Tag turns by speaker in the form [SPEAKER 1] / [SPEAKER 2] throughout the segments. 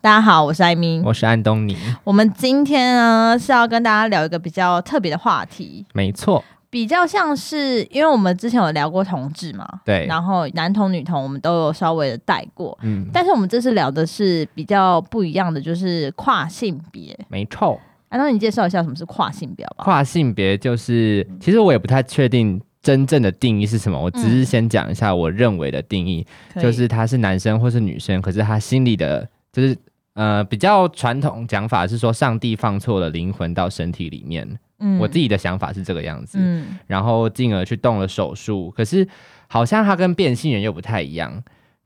[SPEAKER 1] 大家好，我是艾米。
[SPEAKER 2] 我是安东尼，
[SPEAKER 1] 我们今天呢是要跟大家聊一个比较特别的话题，
[SPEAKER 2] 没错，
[SPEAKER 1] 比较像是因为我们之前有聊过同志嘛，
[SPEAKER 2] 对
[SPEAKER 1] 然后男同女同我们都有稍微的带过，
[SPEAKER 2] 嗯，
[SPEAKER 1] 但是我们这次聊的是比较不一样的，就是跨性别。
[SPEAKER 2] 没错。
[SPEAKER 1] 安东尼介绍一下什么是跨性别吧。
[SPEAKER 2] 跨性别就是，其实我也不太确定真正的定义是什么，我只是先讲一下我认为的定义，
[SPEAKER 1] 嗯可以
[SPEAKER 2] 就是他是男生或是女生，可是他心里的就是。呃，比较传统讲法是说，上帝放错了灵魂到身体里面。
[SPEAKER 1] 嗯
[SPEAKER 2] 我自己的想法是这个样子，
[SPEAKER 1] 嗯
[SPEAKER 2] 然后进而去动了手术。可是好像他跟变性人又不太一样，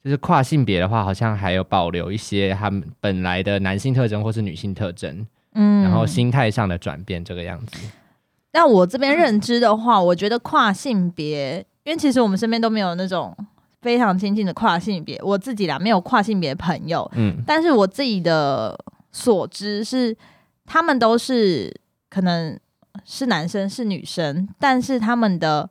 [SPEAKER 2] 就是跨性别的话，好像还有保留一些他们本来的男性特征或是女性特征，
[SPEAKER 1] 嗯
[SPEAKER 2] 然后心态上的转变这个样子。
[SPEAKER 1] 那我这边认知的话，我觉得跨性别，因为其实我们身边都没有那种非常亲近的跨性别，我自己啦没有跨性别朋友，
[SPEAKER 2] 嗯，
[SPEAKER 1] 但是我自己的所知是，他们都是可能是男生是女生，但是他们的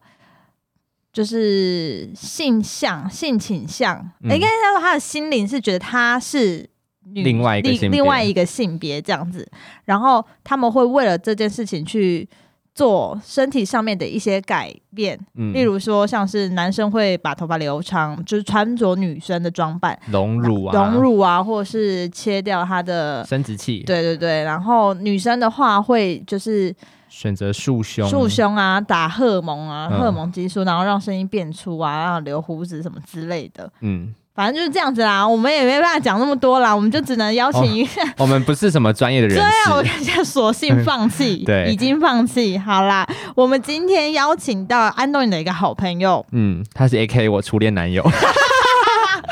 [SPEAKER 1] 就是性向、性倾向，
[SPEAKER 2] 嗯
[SPEAKER 1] 诶应该说他的心灵是觉得他是女
[SPEAKER 2] 另外一个性
[SPEAKER 1] 另
[SPEAKER 2] 别
[SPEAKER 1] 另外一个性别这样子，然后他们会为了这件事情去。做身体上面的一些改变，
[SPEAKER 2] 嗯
[SPEAKER 1] 例如说像是男生会把头发留长，就是穿着女生的装扮，
[SPEAKER 2] 隆乳啊，
[SPEAKER 1] 隆乳啊，或是切掉它的，
[SPEAKER 2] 生殖器，
[SPEAKER 1] 对对对。然后女生的话会就是
[SPEAKER 2] 选择束胸，
[SPEAKER 1] 束，胸啊，打荷尔蒙啊，
[SPEAKER 2] 嗯
[SPEAKER 1] 荷尔蒙激素，然后让声音变粗啊，然后留胡子什么之类的。
[SPEAKER 2] 嗯，
[SPEAKER 1] 反正就是这样子啦，我们也没办法讲那么多啦，我们就只能邀
[SPEAKER 2] 哦
[SPEAKER 1] 请一个。
[SPEAKER 2] 我们不是什么专业的 人
[SPEAKER 1] 对啊，我
[SPEAKER 2] 士，
[SPEAKER 1] 现在索 性放弃，
[SPEAKER 2] 对
[SPEAKER 1] 已经放弃。好啦，我们今天邀请到安东尼的一个好朋友，
[SPEAKER 2] 嗯，他是 A K 我初恋男友。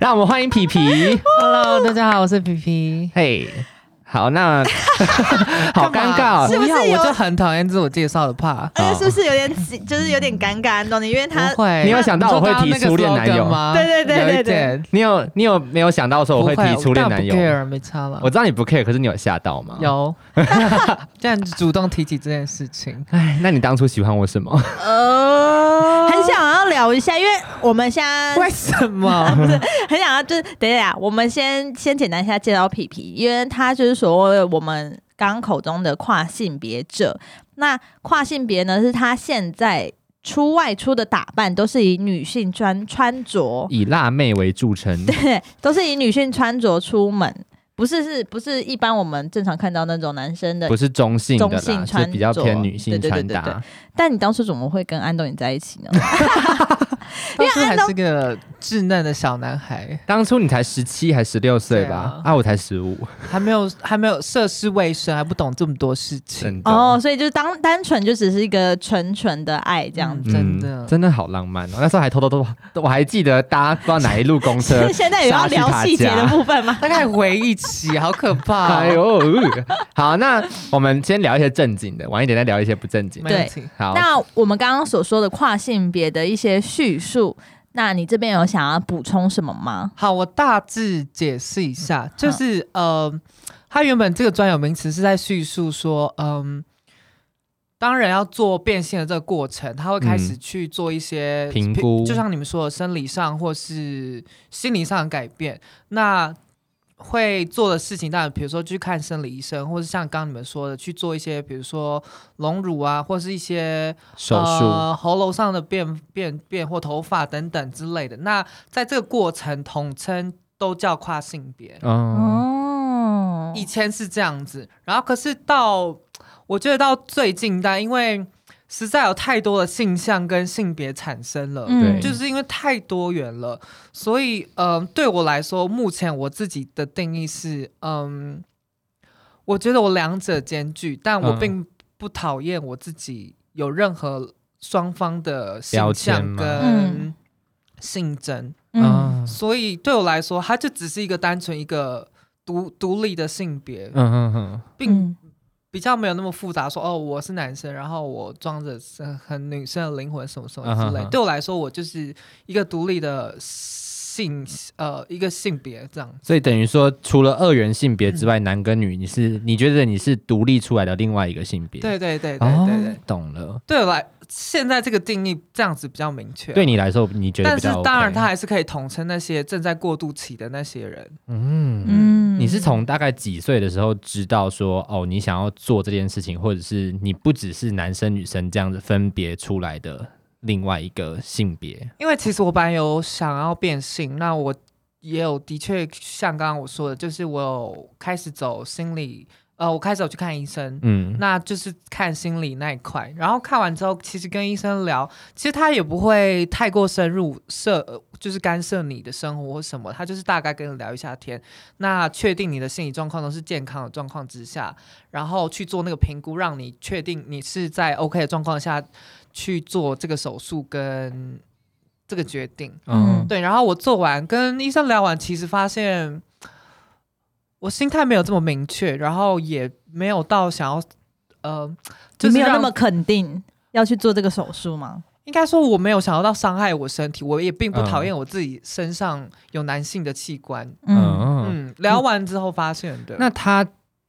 [SPEAKER 2] 让我们欢迎 皮皮，
[SPEAKER 3] Hello，大家好，我是皮皮。
[SPEAKER 2] 嘿、好，那 好尴尬哦，
[SPEAKER 1] 是不是
[SPEAKER 3] 要
[SPEAKER 1] 有
[SPEAKER 3] 我就很讨厌自我介绍的怕。
[SPEAKER 1] 而哎且是不是有点紧就是有点尴尬，安东尼，因为他
[SPEAKER 3] 不会，
[SPEAKER 2] 你有想到我会提
[SPEAKER 3] 你说
[SPEAKER 2] 初
[SPEAKER 3] 刚
[SPEAKER 2] 恋
[SPEAKER 3] 刚那
[SPEAKER 2] 男
[SPEAKER 3] 个 slogan
[SPEAKER 2] 友
[SPEAKER 3] 吗？
[SPEAKER 1] 对对对对对
[SPEAKER 3] 对，
[SPEAKER 2] 你有你有没有想到说我会提初恋男友？
[SPEAKER 3] 不 care，没差了
[SPEAKER 2] 我。知道你不 care，可是你有吓到吗？。
[SPEAKER 3] 有，这样主动提起这件事情，
[SPEAKER 2] 哎， 那你当初喜欢我什么？
[SPEAKER 3] 哦
[SPEAKER 1] 呃，很想要聊一下，因为我们现在
[SPEAKER 3] 为什么？
[SPEAKER 1] 很想要啊就是等一下，我们先先简单一下介绍皮皮，因为他就是所谓我们刚刚口中的跨性别者。那跨性别呢，是他现在出外出的打扮都是以女性穿穿着，
[SPEAKER 2] 以辣妹为著称，
[SPEAKER 1] 对，都是以女性穿着出门，不是是不是一般我们正常看到那种男生的
[SPEAKER 2] 不。是中性的
[SPEAKER 1] 中性
[SPEAKER 2] 啦，
[SPEAKER 1] 穿
[SPEAKER 2] 是比较偏女性
[SPEAKER 1] 着对
[SPEAKER 2] 穿
[SPEAKER 1] 对对对
[SPEAKER 2] 搭。
[SPEAKER 1] 但你当初怎么会跟安东尼在一起呢？
[SPEAKER 3] 当初还是个稚嫩的小男孩，
[SPEAKER 2] 当初你才十七还十六岁
[SPEAKER 3] 对
[SPEAKER 2] 吧
[SPEAKER 3] 啊？
[SPEAKER 2] 啊，我才十五，
[SPEAKER 3] 还没有还没有涉世未深，还不懂这么多事情。
[SPEAKER 2] 真的
[SPEAKER 1] 哦，所以就当单纯就只是一个纯纯的爱这样子。
[SPEAKER 2] 嗯
[SPEAKER 3] 真的
[SPEAKER 2] 真的好浪漫哦。那时候还偷偷偷，我还记得搭不知道哪一 路公车，
[SPEAKER 1] 现在有要聊细节的部分吗？
[SPEAKER 3] 大概回忆起，好可怕
[SPEAKER 2] 哎
[SPEAKER 3] 哦。
[SPEAKER 2] 呦，好，那我们先聊一些正经的，晚一点再聊一些不正经的。
[SPEAKER 3] 没问题，
[SPEAKER 2] 好，
[SPEAKER 1] 那我们刚刚所说的跨性别的一些叙述，那你这边有想要补充什么吗？
[SPEAKER 3] 好，我大致解释一下，就是呃，它原本这个专有名词是在叙述说，嗯、当人要做变性的这个过程，他会开始
[SPEAKER 2] 嗯
[SPEAKER 3] 去做一些
[SPEAKER 2] 评估
[SPEAKER 3] 就像你们说的生理上或是心理上的改变。那会做的事情，当然，比如说去看生理医生，或是像刚刚你们说的，去做一些，比如说隆乳啊，或是一些
[SPEAKER 2] 手术，
[SPEAKER 3] 呃、喉咙上的变变变或头发等等之类的。那在这个过程统称都叫跨性别，
[SPEAKER 2] 嗯，
[SPEAKER 1] 哦
[SPEAKER 3] 以前是这样子，然后可是到我觉得到最近代，因为实在有太多的性向跟性别产生
[SPEAKER 1] 嗯
[SPEAKER 3] 了。
[SPEAKER 2] 对
[SPEAKER 3] 就是因为太多元了，所以嗯、呃对我来说，目前我自己的定义是，嗯、我觉得我两者兼具，但我
[SPEAKER 2] 嗯
[SPEAKER 3] 并不讨厌我自己有任何双方的
[SPEAKER 2] 标
[SPEAKER 3] 性
[SPEAKER 2] 签
[SPEAKER 3] 向
[SPEAKER 2] 吗
[SPEAKER 3] 跟性征，
[SPEAKER 1] 嗯
[SPEAKER 2] 嗯
[SPEAKER 3] 所以对我来说，它就只是一个单纯一个独独立的性别，
[SPEAKER 2] 嗯嗯嗯，
[SPEAKER 3] 并比较没有那么复杂说，哦，我是男生，然后我装着是很女生的灵魂什么什么之类。
[SPEAKER 2] 嗯哼哼
[SPEAKER 3] 对我来说，我就是一个独立的性呃一个性别这样。
[SPEAKER 2] 所以等于说，除了二元性
[SPEAKER 3] 嗯
[SPEAKER 2] 别之外，男跟女，你是你觉得你是独立出来的另外一个性别？
[SPEAKER 3] 对对对对对对
[SPEAKER 2] 哦，，懂了。
[SPEAKER 3] 对我来现在这个定义这样子比较明确。
[SPEAKER 2] 对你来说，你觉得
[SPEAKER 3] 啊但
[SPEAKER 2] 比
[SPEAKER 3] 是
[SPEAKER 2] 较 OK？
[SPEAKER 3] 当然，他还是可以统称那些正在过渡期的那些人。
[SPEAKER 2] 嗯，
[SPEAKER 1] 嗯
[SPEAKER 2] 你是从大概几岁的时候知道说，哦，你想要做这件事情，或者是你不只是男生女生这样子分别出来的另外一个性别？
[SPEAKER 3] 因为其实我本来有想要变性，那我也有的确像刚刚我说的，就是我有开始走心理，呃，我开始有去看医生。
[SPEAKER 2] 嗯，
[SPEAKER 3] 那就是看心理那一块，然后看完之后，其实跟医生聊，其实他也不会太过深入涉，呃就是干涉你的生活或什么，他就是大概跟你聊一下天，那确定你的心理状况都是健康的状况之下，然后去做那个评估，让你确定你是在 OK 的状况下去做这个手术跟这个决定。
[SPEAKER 1] 嗯
[SPEAKER 3] 对，然后我做完跟医生聊完，其实发现我心态没有这么明确，然后也没有到想要，呃，就
[SPEAKER 1] 你
[SPEAKER 3] 是
[SPEAKER 1] 没有那
[SPEAKER 3] 让
[SPEAKER 1] 么肯定要去做这个手术吗？
[SPEAKER 3] 应该说我没有想要到伤害我身体，我也并不讨
[SPEAKER 2] 嗯
[SPEAKER 3] 厌我自己身上有男性的器官。
[SPEAKER 1] 嗯，
[SPEAKER 2] 嗯，
[SPEAKER 3] 嗯，聊完之后发现的，
[SPEAKER 2] 那他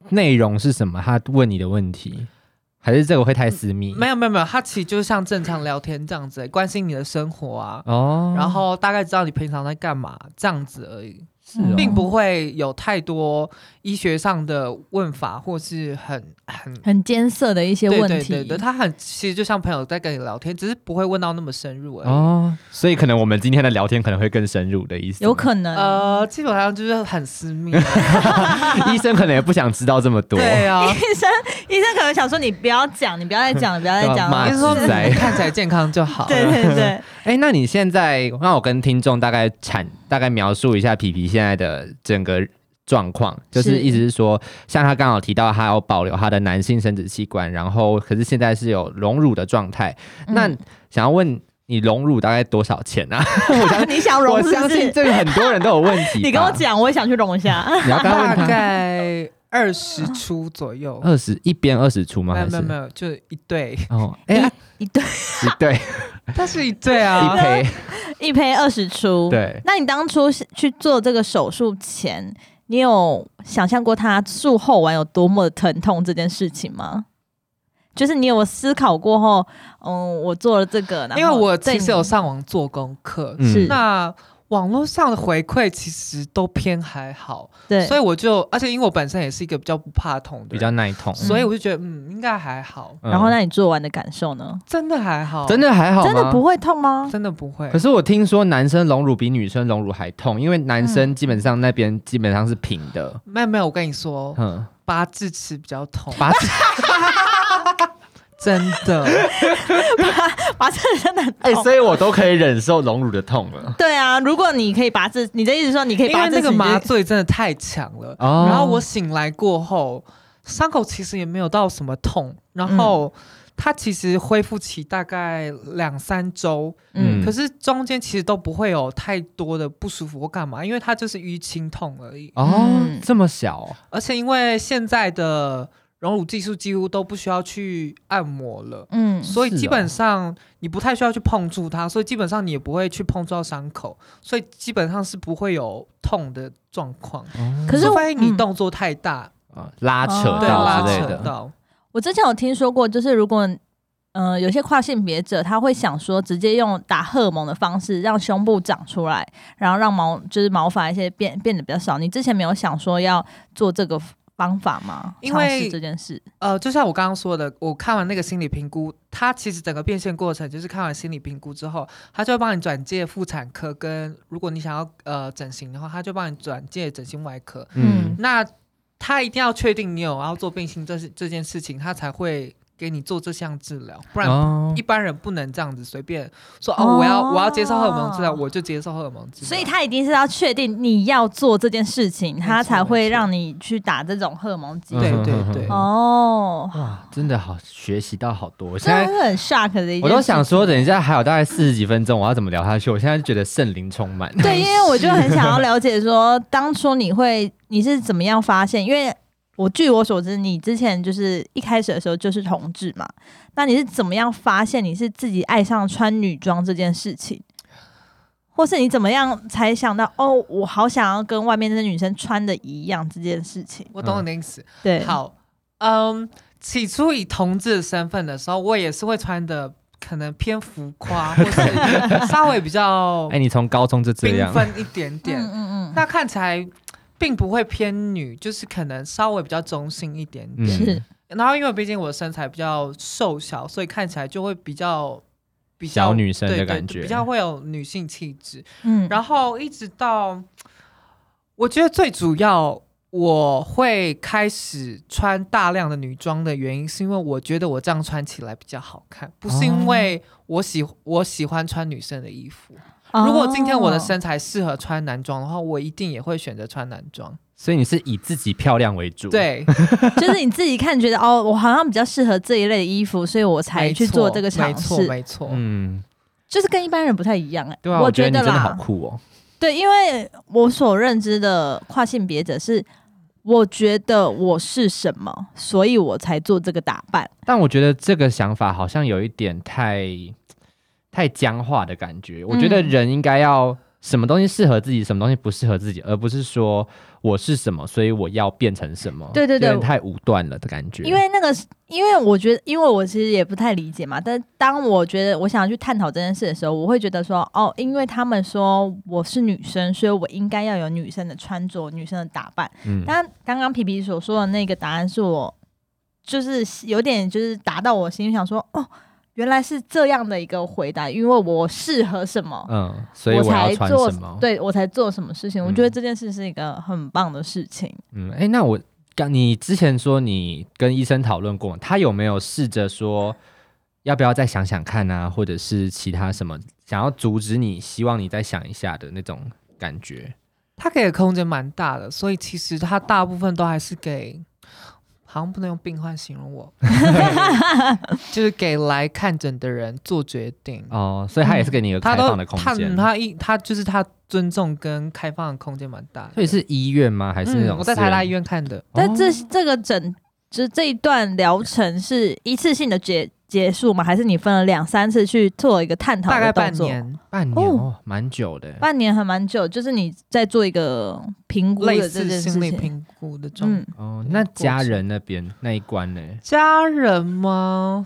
[SPEAKER 2] 内容是什么？他问你的问题，还是这个会太私密？
[SPEAKER 3] 没有没有没有，他其实就是像正常聊天这样子、欸关心你的生活啊，
[SPEAKER 2] 哦，
[SPEAKER 3] 然后大概知道你平常在干嘛这样子而已。
[SPEAKER 2] 是哦
[SPEAKER 3] 并不会有太多医学上的问法，或是很很
[SPEAKER 1] 很艰涩的一些
[SPEAKER 3] 对
[SPEAKER 1] 问
[SPEAKER 3] 对
[SPEAKER 1] 题。
[SPEAKER 3] 对对，他很其实就像朋友在跟你聊天，只是不会问到那么深入而已。
[SPEAKER 2] 哦，所以可能我们今天的聊天可能会更深入的意思吗，
[SPEAKER 1] 有可能，
[SPEAKER 3] 呃，基本上就是很私密，啊
[SPEAKER 2] 医生可能也不想知道这么多。
[SPEAKER 3] 对啊，
[SPEAKER 1] 医生医生可能想说你不要讲，你不要再讲，了，不要再讲
[SPEAKER 2] 骂
[SPEAKER 1] 了
[SPEAKER 3] 你。说
[SPEAKER 2] 自在
[SPEAKER 3] 你看起来健康就 好。
[SPEAKER 1] 对对对，
[SPEAKER 2] 哎、那你现在，那我跟听众大概阐大概描述一下皮皮现在的整个状况，就是
[SPEAKER 1] 是
[SPEAKER 2] 意思是说，像他刚好提到，他要保留他的男性生殖器官，然后可是现在是有隆乳的状态。那
[SPEAKER 1] 嗯
[SPEAKER 2] 想要问你隆乳大概多少钱 啊？
[SPEAKER 1] 你想融
[SPEAKER 2] 我
[SPEAKER 1] 是不
[SPEAKER 2] 相信
[SPEAKER 1] 是？
[SPEAKER 2] 这个很多人都有问题。
[SPEAKER 1] 哦 你跟我，讲，我也想去融一下。
[SPEAKER 2] 你要刚
[SPEAKER 3] 大
[SPEAKER 2] 问他
[SPEAKER 3] 概二十出左右，
[SPEAKER 2] 二十一边二十出吗？
[SPEAKER 3] 没有
[SPEAKER 2] 嗯还
[SPEAKER 3] 没
[SPEAKER 2] 是
[SPEAKER 3] 有没有，就一 对，
[SPEAKER 2] 哦，哎、啊
[SPEAKER 1] 一对
[SPEAKER 2] 一对
[SPEAKER 3] 但是一对啊
[SPEAKER 2] 一，胚，
[SPEAKER 1] 一胚二十出。，
[SPEAKER 2] 对。
[SPEAKER 1] 那你当初是去做这个手术前，你有想象过它术后完有多么的疼痛这件事情吗？就是你有思考过后，嗯，我做了这个，然后
[SPEAKER 3] 因为我
[SPEAKER 1] 对
[SPEAKER 3] 其实有
[SPEAKER 1] 你
[SPEAKER 3] 上网做功课，
[SPEAKER 2] 嗯
[SPEAKER 1] 是
[SPEAKER 3] 那网络上的回馈其实都偏还好，
[SPEAKER 1] 对，
[SPEAKER 3] 所以我就，而且因为我本身也是一个比较不怕痛的
[SPEAKER 2] 比
[SPEAKER 3] 人，
[SPEAKER 2] 较耐痛，
[SPEAKER 3] 所以我就觉得，嗯，应该还好，
[SPEAKER 2] 嗯
[SPEAKER 1] 然后那你做完的感受呢？
[SPEAKER 3] 真的还好，
[SPEAKER 2] 真的
[SPEAKER 3] 嗯
[SPEAKER 2] 还好吗，
[SPEAKER 1] 真的不会痛吗？
[SPEAKER 3] 真的不会
[SPEAKER 2] 可。是我听说男生隆乳比女生隆乳还痛，因为男生基本上那边基本上是平的，
[SPEAKER 3] 没有没有，我跟你说，
[SPEAKER 2] 嗯，
[SPEAKER 3] 拔智齿比较痛，
[SPEAKER 2] 拔智，
[SPEAKER 3] 真的。
[SPEAKER 1] 拔智真的很
[SPEAKER 2] 哎、
[SPEAKER 1] 痛。哦
[SPEAKER 2] 所以我都可以忍受隆乳的痛了。
[SPEAKER 1] 对啊，如果你可以拔智，你的意思说你可以
[SPEAKER 3] 因
[SPEAKER 1] 拔
[SPEAKER 3] 为
[SPEAKER 1] 智
[SPEAKER 3] 那
[SPEAKER 1] 齿
[SPEAKER 3] 个
[SPEAKER 1] 你就
[SPEAKER 3] 麻醉真的太强了。
[SPEAKER 2] 哦
[SPEAKER 3] 然后我醒来过后，伤口其实也没有到什么痛，然后
[SPEAKER 2] 嗯
[SPEAKER 3] 它其实恢复期大概两三周，
[SPEAKER 1] 嗯
[SPEAKER 2] 嗯
[SPEAKER 3] 可是中间其实都不会有太多的不舒服或干嘛，因为它就是淤青痛而已。
[SPEAKER 2] 哦，
[SPEAKER 1] 嗯
[SPEAKER 2] 这么小哦，
[SPEAKER 3] 而且因为现在的溶乳技术几乎都不需要去按摩了。
[SPEAKER 1] 嗯
[SPEAKER 3] 所以
[SPEAKER 2] 是
[SPEAKER 3] 基
[SPEAKER 2] 哦
[SPEAKER 3] 本上你不太需要去碰触它，所以基本上你也不会去碰触到伤口，所以基本上是不会有痛的状况。
[SPEAKER 1] 可是
[SPEAKER 3] 除
[SPEAKER 1] 我
[SPEAKER 3] 非你
[SPEAKER 1] 嗯
[SPEAKER 3] 动作太大，
[SPEAKER 2] 啊哦拉扯
[SPEAKER 1] 哦
[SPEAKER 3] 对
[SPEAKER 2] 到
[SPEAKER 3] 拉
[SPEAKER 2] 之类
[SPEAKER 3] 扯
[SPEAKER 2] 的，
[SPEAKER 3] 到，
[SPEAKER 1] 我之前有听说过，就是如果嗯、呃有些跨性别者他会想说，直接用打荷尔蒙的方式让胸部长出来，然后让毛就是毛发一些变变得比较少。你之前没有想说要做这个方法吗？
[SPEAKER 3] 因为
[SPEAKER 1] 尝试这件事，
[SPEAKER 3] 呃，就像我刚刚说的，我看完那个心理评估，它其实整个变现过程就是看完心理评估之后，它就会帮你转介妇产科跟，如果你想要呃整形的话，它就帮你转介整形外科。
[SPEAKER 1] 嗯
[SPEAKER 2] 嗯，
[SPEAKER 3] 那他一定要确定你有要做变性这这件事情，他才会给你做这项治疗，不然
[SPEAKER 2] 哦
[SPEAKER 3] 一般人不能这样子随便说
[SPEAKER 1] 哦
[SPEAKER 3] 哦，我要我要接受荷尔蒙治疗，我就接受荷尔蒙治疗。
[SPEAKER 1] 所以他一定是要确定你要做这件事情，
[SPEAKER 3] 错
[SPEAKER 1] 他才会
[SPEAKER 3] 没错
[SPEAKER 1] 让你去打这种荷尔蒙剂。
[SPEAKER 3] 对
[SPEAKER 2] 嗯哼
[SPEAKER 3] 对对，
[SPEAKER 1] 哦，
[SPEAKER 2] 哇，真的好学习到好多，我现
[SPEAKER 1] 真的
[SPEAKER 2] 在。
[SPEAKER 1] 是很 shock 的一件事情
[SPEAKER 2] 我都想说，等一下还有大概四十几分钟，我要怎么聊下去？我现在觉得圣灵充满。
[SPEAKER 1] 对，因为我就很想要了解说，当初你会你是怎么样发现？因为我据我所知，你之前就是一开始的时候就是同志嘛，那你是怎么样发现你是自己爱上穿女装这件事情？或是你怎么样才想到哦，我好想要跟外面那些女生穿的一样这件事情。
[SPEAKER 3] 我懂你的意思。
[SPEAKER 1] 对，，
[SPEAKER 3] 好，嗯，起初以同志的身份的时候，我也是会穿的可能偏浮夸，或 是稍微比较
[SPEAKER 2] 哎，你从高中就这
[SPEAKER 3] 缤
[SPEAKER 2] 样，
[SPEAKER 3] 纷一点点，
[SPEAKER 1] 嗯嗯
[SPEAKER 3] 那看起来并不会偏女，就是可能稍微比较中性一点
[SPEAKER 1] 嗯，
[SPEAKER 3] 点。
[SPEAKER 1] 是
[SPEAKER 2] 嗯，
[SPEAKER 3] 然后因为毕竟我的身材比较瘦小，所以看起来就会比较比较
[SPEAKER 2] 小女生
[SPEAKER 3] 对
[SPEAKER 2] 的
[SPEAKER 3] 对
[SPEAKER 2] 感
[SPEAKER 3] 对
[SPEAKER 2] 觉，
[SPEAKER 3] 比较会有女性气质。
[SPEAKER 1] 嗯，后
[SPEAKER 3] 然后一直到我觉得最主要。我会开始穿大量的女装的原因，是因为我觉得我这样穿起来比较好看，不是因为我喜我喜欢穿女生的衣服。
[SPEAKER 1] 哦
[SPEAKER 3] 如果今天我的身材适合穿男装的话，我一定也会选择穿男装。
[SPEAKER 2] 所以你是以自己漂亮为主，，
[SPEAKER 3] 对，
[SPEAKER 1] 就是你自己看觉得哦，我好像比较适合这一类的衣服，所以我才
[SPEAKER 3] 没
[SPEAKER 1] 去
[SPEAKER 3] 错
[SPEAKER 1] 做这个尝
[SPEAKER 3] 没错，
[SPEAKER 1] 试，
[SPEAKER 3] 没错。
[SPEAKER 2] 嗯，
[SPEAKER 1] 就是跟一般人不太一样哎、
[SPEAKER 2] 对啊，
[SPEAKER 1] 我
[SPEAKER 2] 觉得你
[SPEAKER 1] 得
[SPEAKER 2] 真的好
[SPEAKER 1] 啦，
[SPEAKER 2] 酷哦，
[SPEAKER 1] 对，因为我所认知的跨性别者是，我觉得我是什么，所以我才做这个打扮。
[SPEAKER 2] 但我觉得这个想法好像有一点太太僵化的感觉。我觉
[SPEAKER 1] 嗯
[SPEAKER 2] 得人应该要什么东西适合自己，什么东西不适合自己，而不是说我是什么，所以我要变成什么。
[SPEAKER 1] 对对对
[SPEAKER 2] 有点太武断了的感觉。
[SPEAKER 1] 因为那个是，因为我觉得，因为我其实也不太理解嘛。但当我觉得我想要去探讨这件事的时候，我会觉得说，哦，因为他们说我是女生，所以我应该要有女生的穿着、女生的打扮。
[SPEAKER 2] 嗯，
[SPEAKER 1] 但刚刚皮皮所说的那个答案是我，就是有点就是打到我心里，想说，哦，原来是这样的一个回答，因为我适合什么。
[SPEAKER 2] 嗯，所以
[SPEAKER 1] 我
[SPEAKER 2] 我要
[SPEAKER 1] 才
[SPEAKER 2] 穿
[SPEAKER 1] 做
[SPEAKER 2] 什么？，
[SPEAKER 1] 对我才做什么事情，我
[SPEAKER 2] 嗯
[SPEAKER 1] 觉得这件事是一个很棒的事情。
[SPEAKER 2] 嗯，哎，那我刚你之前说你跟医生讨论过，他有没有试着说要不要再想想看啊，或者是其他什么想要阻止你，希望你再想一下的那种感觉？
[SPEAKER 3] 他给的空间蛮大的，所以其实他大部分都还是给，好像不能用病患形容我，就是给来看诊的人做决定。
[SPEAKER 2] 哦，所以他也是给你一个
[SPEAKER 3] 嗯他
[SPEAKER 2] 开
[SPEAKER 3] 都
[SPEAKER 2] 放的空
[SPEAKER 3] 他
[SPEAKER 2] 间。
[SPEAKER 3] 他一他就是他尊重跟开放的空间蛮大的。
[SPEAKER 2] 所以是医院吗？还是那
[SPEAKER 3] 嗯，
[SPEAKER 2] 种、
[SPEAKER 3] 我在台大医
[SPEAKER 2] 院？
[SPEAKER 3] 院看的，
[SPEAKER 1] 但这
[SPEAKER 2] 哦
[SPEAKER 1] 这个整就是这一段疗程是一次性的结结束吗？还是你分了两三次去做一个探讨
[SPEAKER 3] 大概
[SPEAKER 1] 的
[SPEAKER 3] 半
[SPEAKER 1] 动作？
[SPEAKER 3] 年，
[SPEAKER 2] 半年
[SPEAKER 1] 哦
[SPEAKER 2] 哦，蛮、久的。
[SPEAKER 1] 半年还蛮久，就是你在做一个评估
[SPEAKER 3] 类
[SPEAKER 1] 的这
[SPEAKER 3] 似
[SPEAKER 1] 件事
[SPEAKER 3] 心理
[SPEAKER 1] 情。
[SPEAKER 3] 评估的状
[SPEAKER 1] 嗯，
[SPEAKER 2] 哦，那
[SPEAKER 3] 过
[SPEAKER 2] 家
[SPEAKER 3] 程
[SPEAKER 2] 人那边那一关呢？
[SPEAKER 3] 家人吗？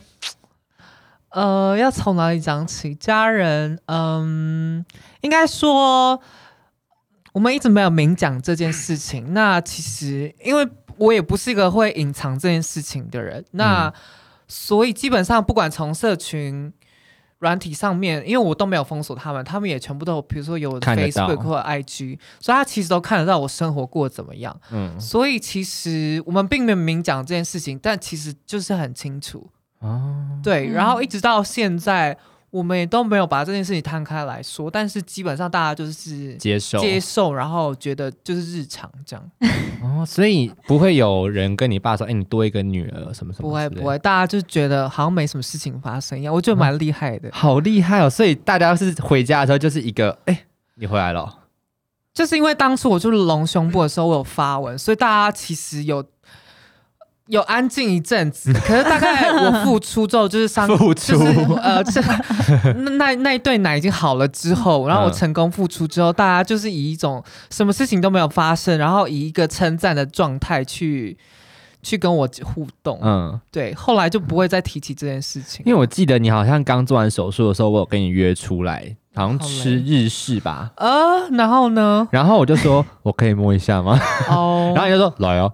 [SPEAKER 3] 呃，要从哪里讲起？家人，嗯，应该说我们一直没有明讲这件事情。那其实，因为我也不是一个会隐藏这件事情的人，那、
[SPEAKER 2] 嗯
[SPEAKER 3] 所以基本上不管从社群。软体上面，因为我都没有封锁他们，他们也全部都有，比如说有我的
[SPEAKER 2] 看得到
[SPEAKER 3] Facebook 或者 IG，所以他其实都看得到我生活过得怎么样。
[SPEAKER 2] 嗯，
[SPEAKER 3] 所以其实我们并没有明讲这件事情，但其实就是很清楚，
[SPEAKER 2] 哦，
[SPEAKER 3] 对。
[SPEAKER 1] 嗯
[SPEAKER 3] 然后一直到现在，我们也都没有把这件事情摊开来说，但是基本上大家就是
[SPEAKER 2] 接受
[SPEAKER 3] 接受，然后觉得就是日常这样，
[SPEAKER 2] 哦，所以不会有人跟你爸说，哎、你多一个女儿什么什么？
[SPEAKER 3] 不会不，会，大家就觉得好像没什么事情发生一样，我觉得蛮厉害的，
[SPEAKER 2] 好厉害哦！所以大家是回家的时候就是一个，哎、你回来了哦，
[SPEAKER 3] 就是因为当初我就是隆胸部的时候，我有发文，所以大家其实有。有安静一阵子，可是大概我复出之后，就 是伤
[SPEAKER 2] 付
[SPEAKER 3] 就
[SPEAKER 2] 出、
[SPEAKER 3] 是呃，这那那那一对奶已经好了之后，然后我
[SPEAKER 2] 嗯
[SPEAKER 3] 成功复出之后，大家就是以一种什么事情都没有发生，然后以一个称赞的状态去去跟我互动。
[SPEAKER 2] 嗯，
[SPEAKER 3] 对，后来就不会再提起这件事情
[SPEAKER 2] 因。为我记得你好像刚做完手术的时候，我有跟你约出来，好像
[SPEAKER 3] 好嘞
[SPEAKER 2] 吃日式吧。
[SPEAKER 3] 呃，然后呢？
[SPEAKER 2] 然后我就说，我可以摸一 下吗？ 然
[SPEAKER 3] 哦，
[SPEAKER 2] 后你就说来哦，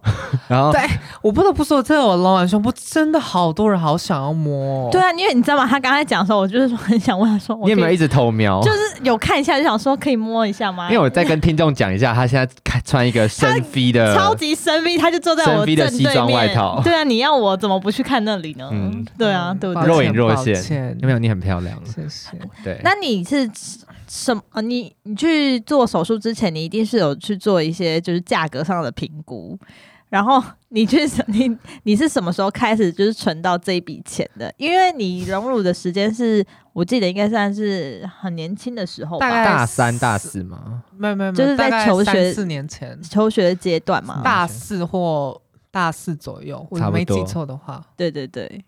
[SPEAKER 2] 然后
[SPEAKER 3] 对我不得不说，真的，我隆完胸部真的好多人好想要摸、哦
[SPEAKER 1] 对，啊，因为你知道吗？他刚才讲的时候，我就是说很想问他说，我
[SPEAKER 2] 哦你有没有
[SPEAKER 1] 可以
[SPEAKER 2] 一直偷瞄？
[SPEAKER 1] 就是有看一下就想说可以摸一下吗？
[SPEAKER 2] 因为我再跟听众讲一下，他现在看穿一个深 V 的，
[SPEAKER 1] 超级神秘，他就坐在我
[SPEAKER 2] 呃深 V
[SPEAKER 1] 正
[SPEAKER 2] 的
[SPEAKER 1] 对面。
[SPEAKER 2] 西装外套
[SPEAKER 1] 对啊，你要我怎么不去看那里呢？
[SPEAKER 2] 嗯
[SPEAKER 1] 对啊，对不
[SPEAKER 3] 抱
[SPEAKER 1] 对
[SPEAKER 3] 歉？
[SPEAKER 2] 若隐若现
[SPEAKER 3] 抱歉
[SPEAKER 2] 有没有？你很漂亮，
[SPEAKER 3] 谢谢。
[SPEAKER 2] 对。
[SPEAKER 1] 那你是吃什么？呃你你去做手术之前，你一定是有去做一些就是价格上的评估，然后你去 你你是什么时候开始就是存到这一笔钱的？因为你荣辱的时间是我记得应该算是很年轻的时候吧，
[SPEAKER 3] 大概
[SPEAKER 2] 大三大四
[SPEAKER 1] 啊
[SPEAKER 2] 吗？
[SPEAKER 3] 没有没有，没有
[SPEAKER 1] 就是在
[SPEAKER 3] 大概
[SPEAKER 1] 求
[SPEAKER 3] 三
[SPEAKER 1] 学
[SPEAKER 3] 四年前，
[SPEAKER 1] 求学的阶段嘛。
[SPEAKER 3] 大四或大四左右，我
[SPEAKER 2] 差不
[SPEAKER 3] 没记
[SPEAKER 2] 多
[SPEAKER 3] 错的话。
[SPEAKER 1] 对对对，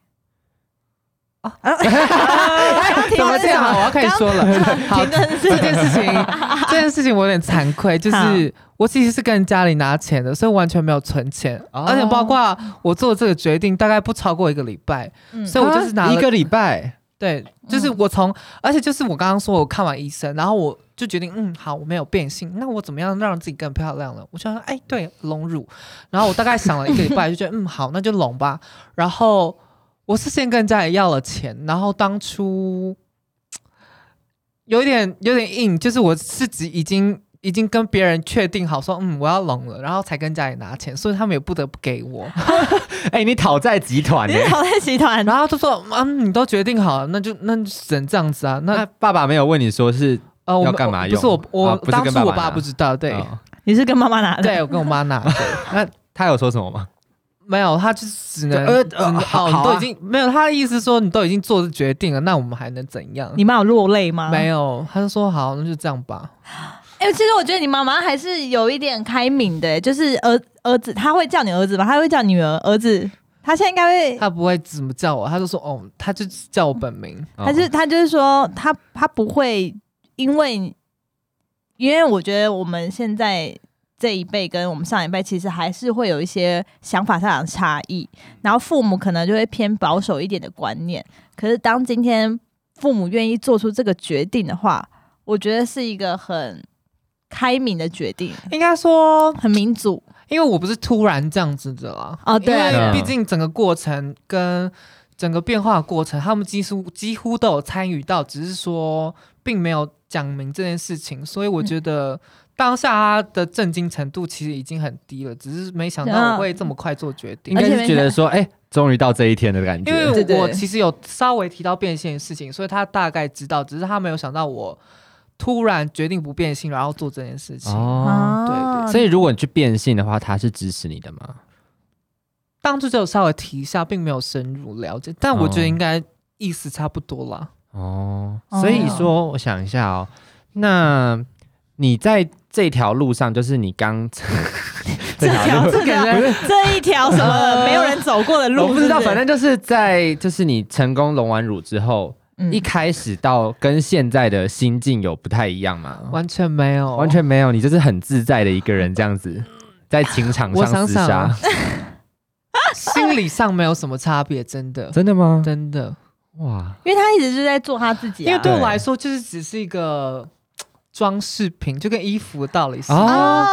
[SPEAKER 2] 怎么这样啊？我要开始说了。好
[SPEAKER 1] 停，顿
[SPEAKER 3] 这
[SPEAKER 1] 是
[SPEAKER 3] 件事情，这件事情我有点惭愧，就
[SPEAKER 1] 好
[SPEAKER 3] 是我其实是跟家里拿钱的，所以完全没有存钱，
[SPEAKER 2] 哦
[SPEAKER 3] 而且包括我做这个决定大概不超过一个礼拜，
[SPEAKER 1] 嗯
[SPEAKER 3] 所以我就是拿了
[SPEAKER 2] 一个礼拜，
[SPEAKER 3] 对，就是我从，而且就是我刚刚说我看完医生，然后我就决定，嗯，好，我没有变性，那我怎么样让自己更漂亮了？我就想，哎，对，隆乳。然后我大概想了一个礼拜，就觉得，嗯，好，那就隆吧。然后我是先跟家里要了钱，然后当初有点有点硬，就是我自己已经。已经跟别人确定好说，嗯，我要隆了，然后才跟家里拿钱，所以他们也不得不给我。
[SPEAKER 2] 哎，你讨债集团 欸
[SPEAKER 1] 你
[SPEAKER 2] 呢？
[SPEAKER 1] 是讨债集团，
[SPEAKER 3] 然后就说，嗯，你都决定好了，那就那就只能这样子啊。那
[SPEAKER 2] 那爸爸没有问你说是
[SPEAKER 3] 呃，我
[SPEAKER 2] 要
[SPEAKER 3] 们
[SPEAKER 2] 干嘛
[SPEAKER 3] 我
[SPEAKER 2] 用
[SPEAKER 3] 不是我，我、
[SPEAKER 2] 啊不是
[SPEAKER 3] 当
[SPEAKER 2] 跟
[SPEAKER 3] 初
[SPEAKER 2] 爸
[SPEAKER 3] 我
[SPEAKER 2] 爸
[SPEAKER 3] 爸
[SPEAKER 2] 拿
[SPEAKER 3] 不知道，对、
[SPEAKER 2] 哦
[SPEAKER 1] 你是跟妈妈拿的，
[SPEAKER 3] 对，我跟我妈 拿的，
[SPEAKER 2] 那他有说什么吗？
[SPEAKER 3] 没有，他就只能
[SPEAKER 2] 呃呃
[SPEAKER 3] 只能
[SPEAKER 2] 好好
[SPEAKER 3] 哦，你
[SPEAKER 2] 啊
[SPEAKER 3] 都已经没有，他的意思说你都已经做决定了，那我们还能怎样？
[SPEAKER 1] 你妈有落泪吗？
[SPEAKER 3] 没有，他就说好，那就这样吧。
[SPEAKER 1] 哎、其实我觉得你妈妈还是有一点开明的、就是儿儿子，他会叫你儿子吧？他会叫女儿儿子，他现在应该会，
[SPEAKER 3] 他不会怎么叫我，他就说哦，他就叫我本名。
[SPEAKER 2] 哦
[SPEAKER 1] 他就他就是说，他他不会因为，因为我觉得我们现在这一辈跟我们上一辈其实还是会有一些想法上的差异，然后父母可能就会偏保守一点的观念，可是当今天父母愿意做出这个决定的话，我觉得是一个很开明的决定，
[SPEAKER 3] 应该说，
[SPEAKER 1] 很民主。
[SPEAKER 3] 因为我不是突然这样子的啦。
[SPEAKER 1] 哦对
[SPEAKER 3] 因
[SPEAKER 2] 嗯
[SPEAKER 3] 为毕竟整个过程跟整个变化的过程，他们几乎几乎都有参与到，只是说并没有讲明这件事情。所以我
[SPEAKER 1] 嗯
[SPEAKER 3] 觉得当下他的震惊程度其实已经很低了，只是没想到我会这么快做决定
[SPEAKER 2] 应。该
[SPEAKER 1] 而且
[SPEAKER 2] 是
[SPEAKER 1] 没
[SPEAKER 2] 觉得
[SPEAKER 1] 看
[SPEAKER 2] 说，哎，终于到这一天的感
[SPEAKER 3] 因
[SPEAKER 2] 觉。
[SPEAKER 1] 嗯对
[SPEAKER 3] 为
[SPEAKER 1] 对
[SPEAKER 3] 我其实有稍微提到变性的事情，所以他大概知道，只是他没有想到我突然决定不变性，然后做这件事情。
[SPEAKER 2] 哦，
[SPEAKER 3] 啊
[SPEAKER 1] 哦，
[SPEAKER 2] 所
[SPEAKER 1] 以
[SPEAKER 2] 以如果你去变性的话，他是支持你的吗？
[SPEAKER 3] 当初只有稍微提一下，并没有深入了解，但我觉
[SPEAKER 2] 哦
[SPEAKER 3] 得应该意思差不多啦。
[SPEAKER 2] 哦，
[SPEAKER 1] 哦
[SPEAKER 2] 所以说，我想一下哦，那你在这条路上，就是你刚
[SPEAKER 1] 这条这
[SPEAKER 3] 感
[SPEAKER 1] 个这一条什么没有人走过的路，
[SPEAKER 2] 我不知道，
[SPEAKER 1] 是是
[SPEAKER 2] 反正就是在就是你成功隆完乳之后，
[SPEAKER 1] 嗯
[SPEAKER 2] 一开始到跟现在的心境有不太一样
[SPEAKER 1] 哦
[SPEAKER 2] 吗？
[SPEAKER 3] 完全没有，
[SPEAKER 2] 完。全没有，你就是很自在的一个人这样子，在情场
[SPEAKER 3] 我
[SPEAKER 2] 上
[SPEAKER 3] 想
[SPEAKER 2] 厮
[SPEAKER 3] 想
[SPEAKER 2] 杀
[SPEAKER 3] 啊，心理上没有什么差别，真的，
[SPEAKER 2] 真的吗？
[SPEAKER 3] 真的，
[SPEAKER 2] 哇，
[SPEAKER 1] 因为他一直就在做他自己
[SPEAKER 3] 因为
[SPEAKER 1] 啊，
[SPEAKER 3] 对我
[SPEAKER 2] 对
[SPEAKER 3] 来说，就是只是一个嘖装饰品，就跟衣服的道理是一
[SPEAKER 2] 哦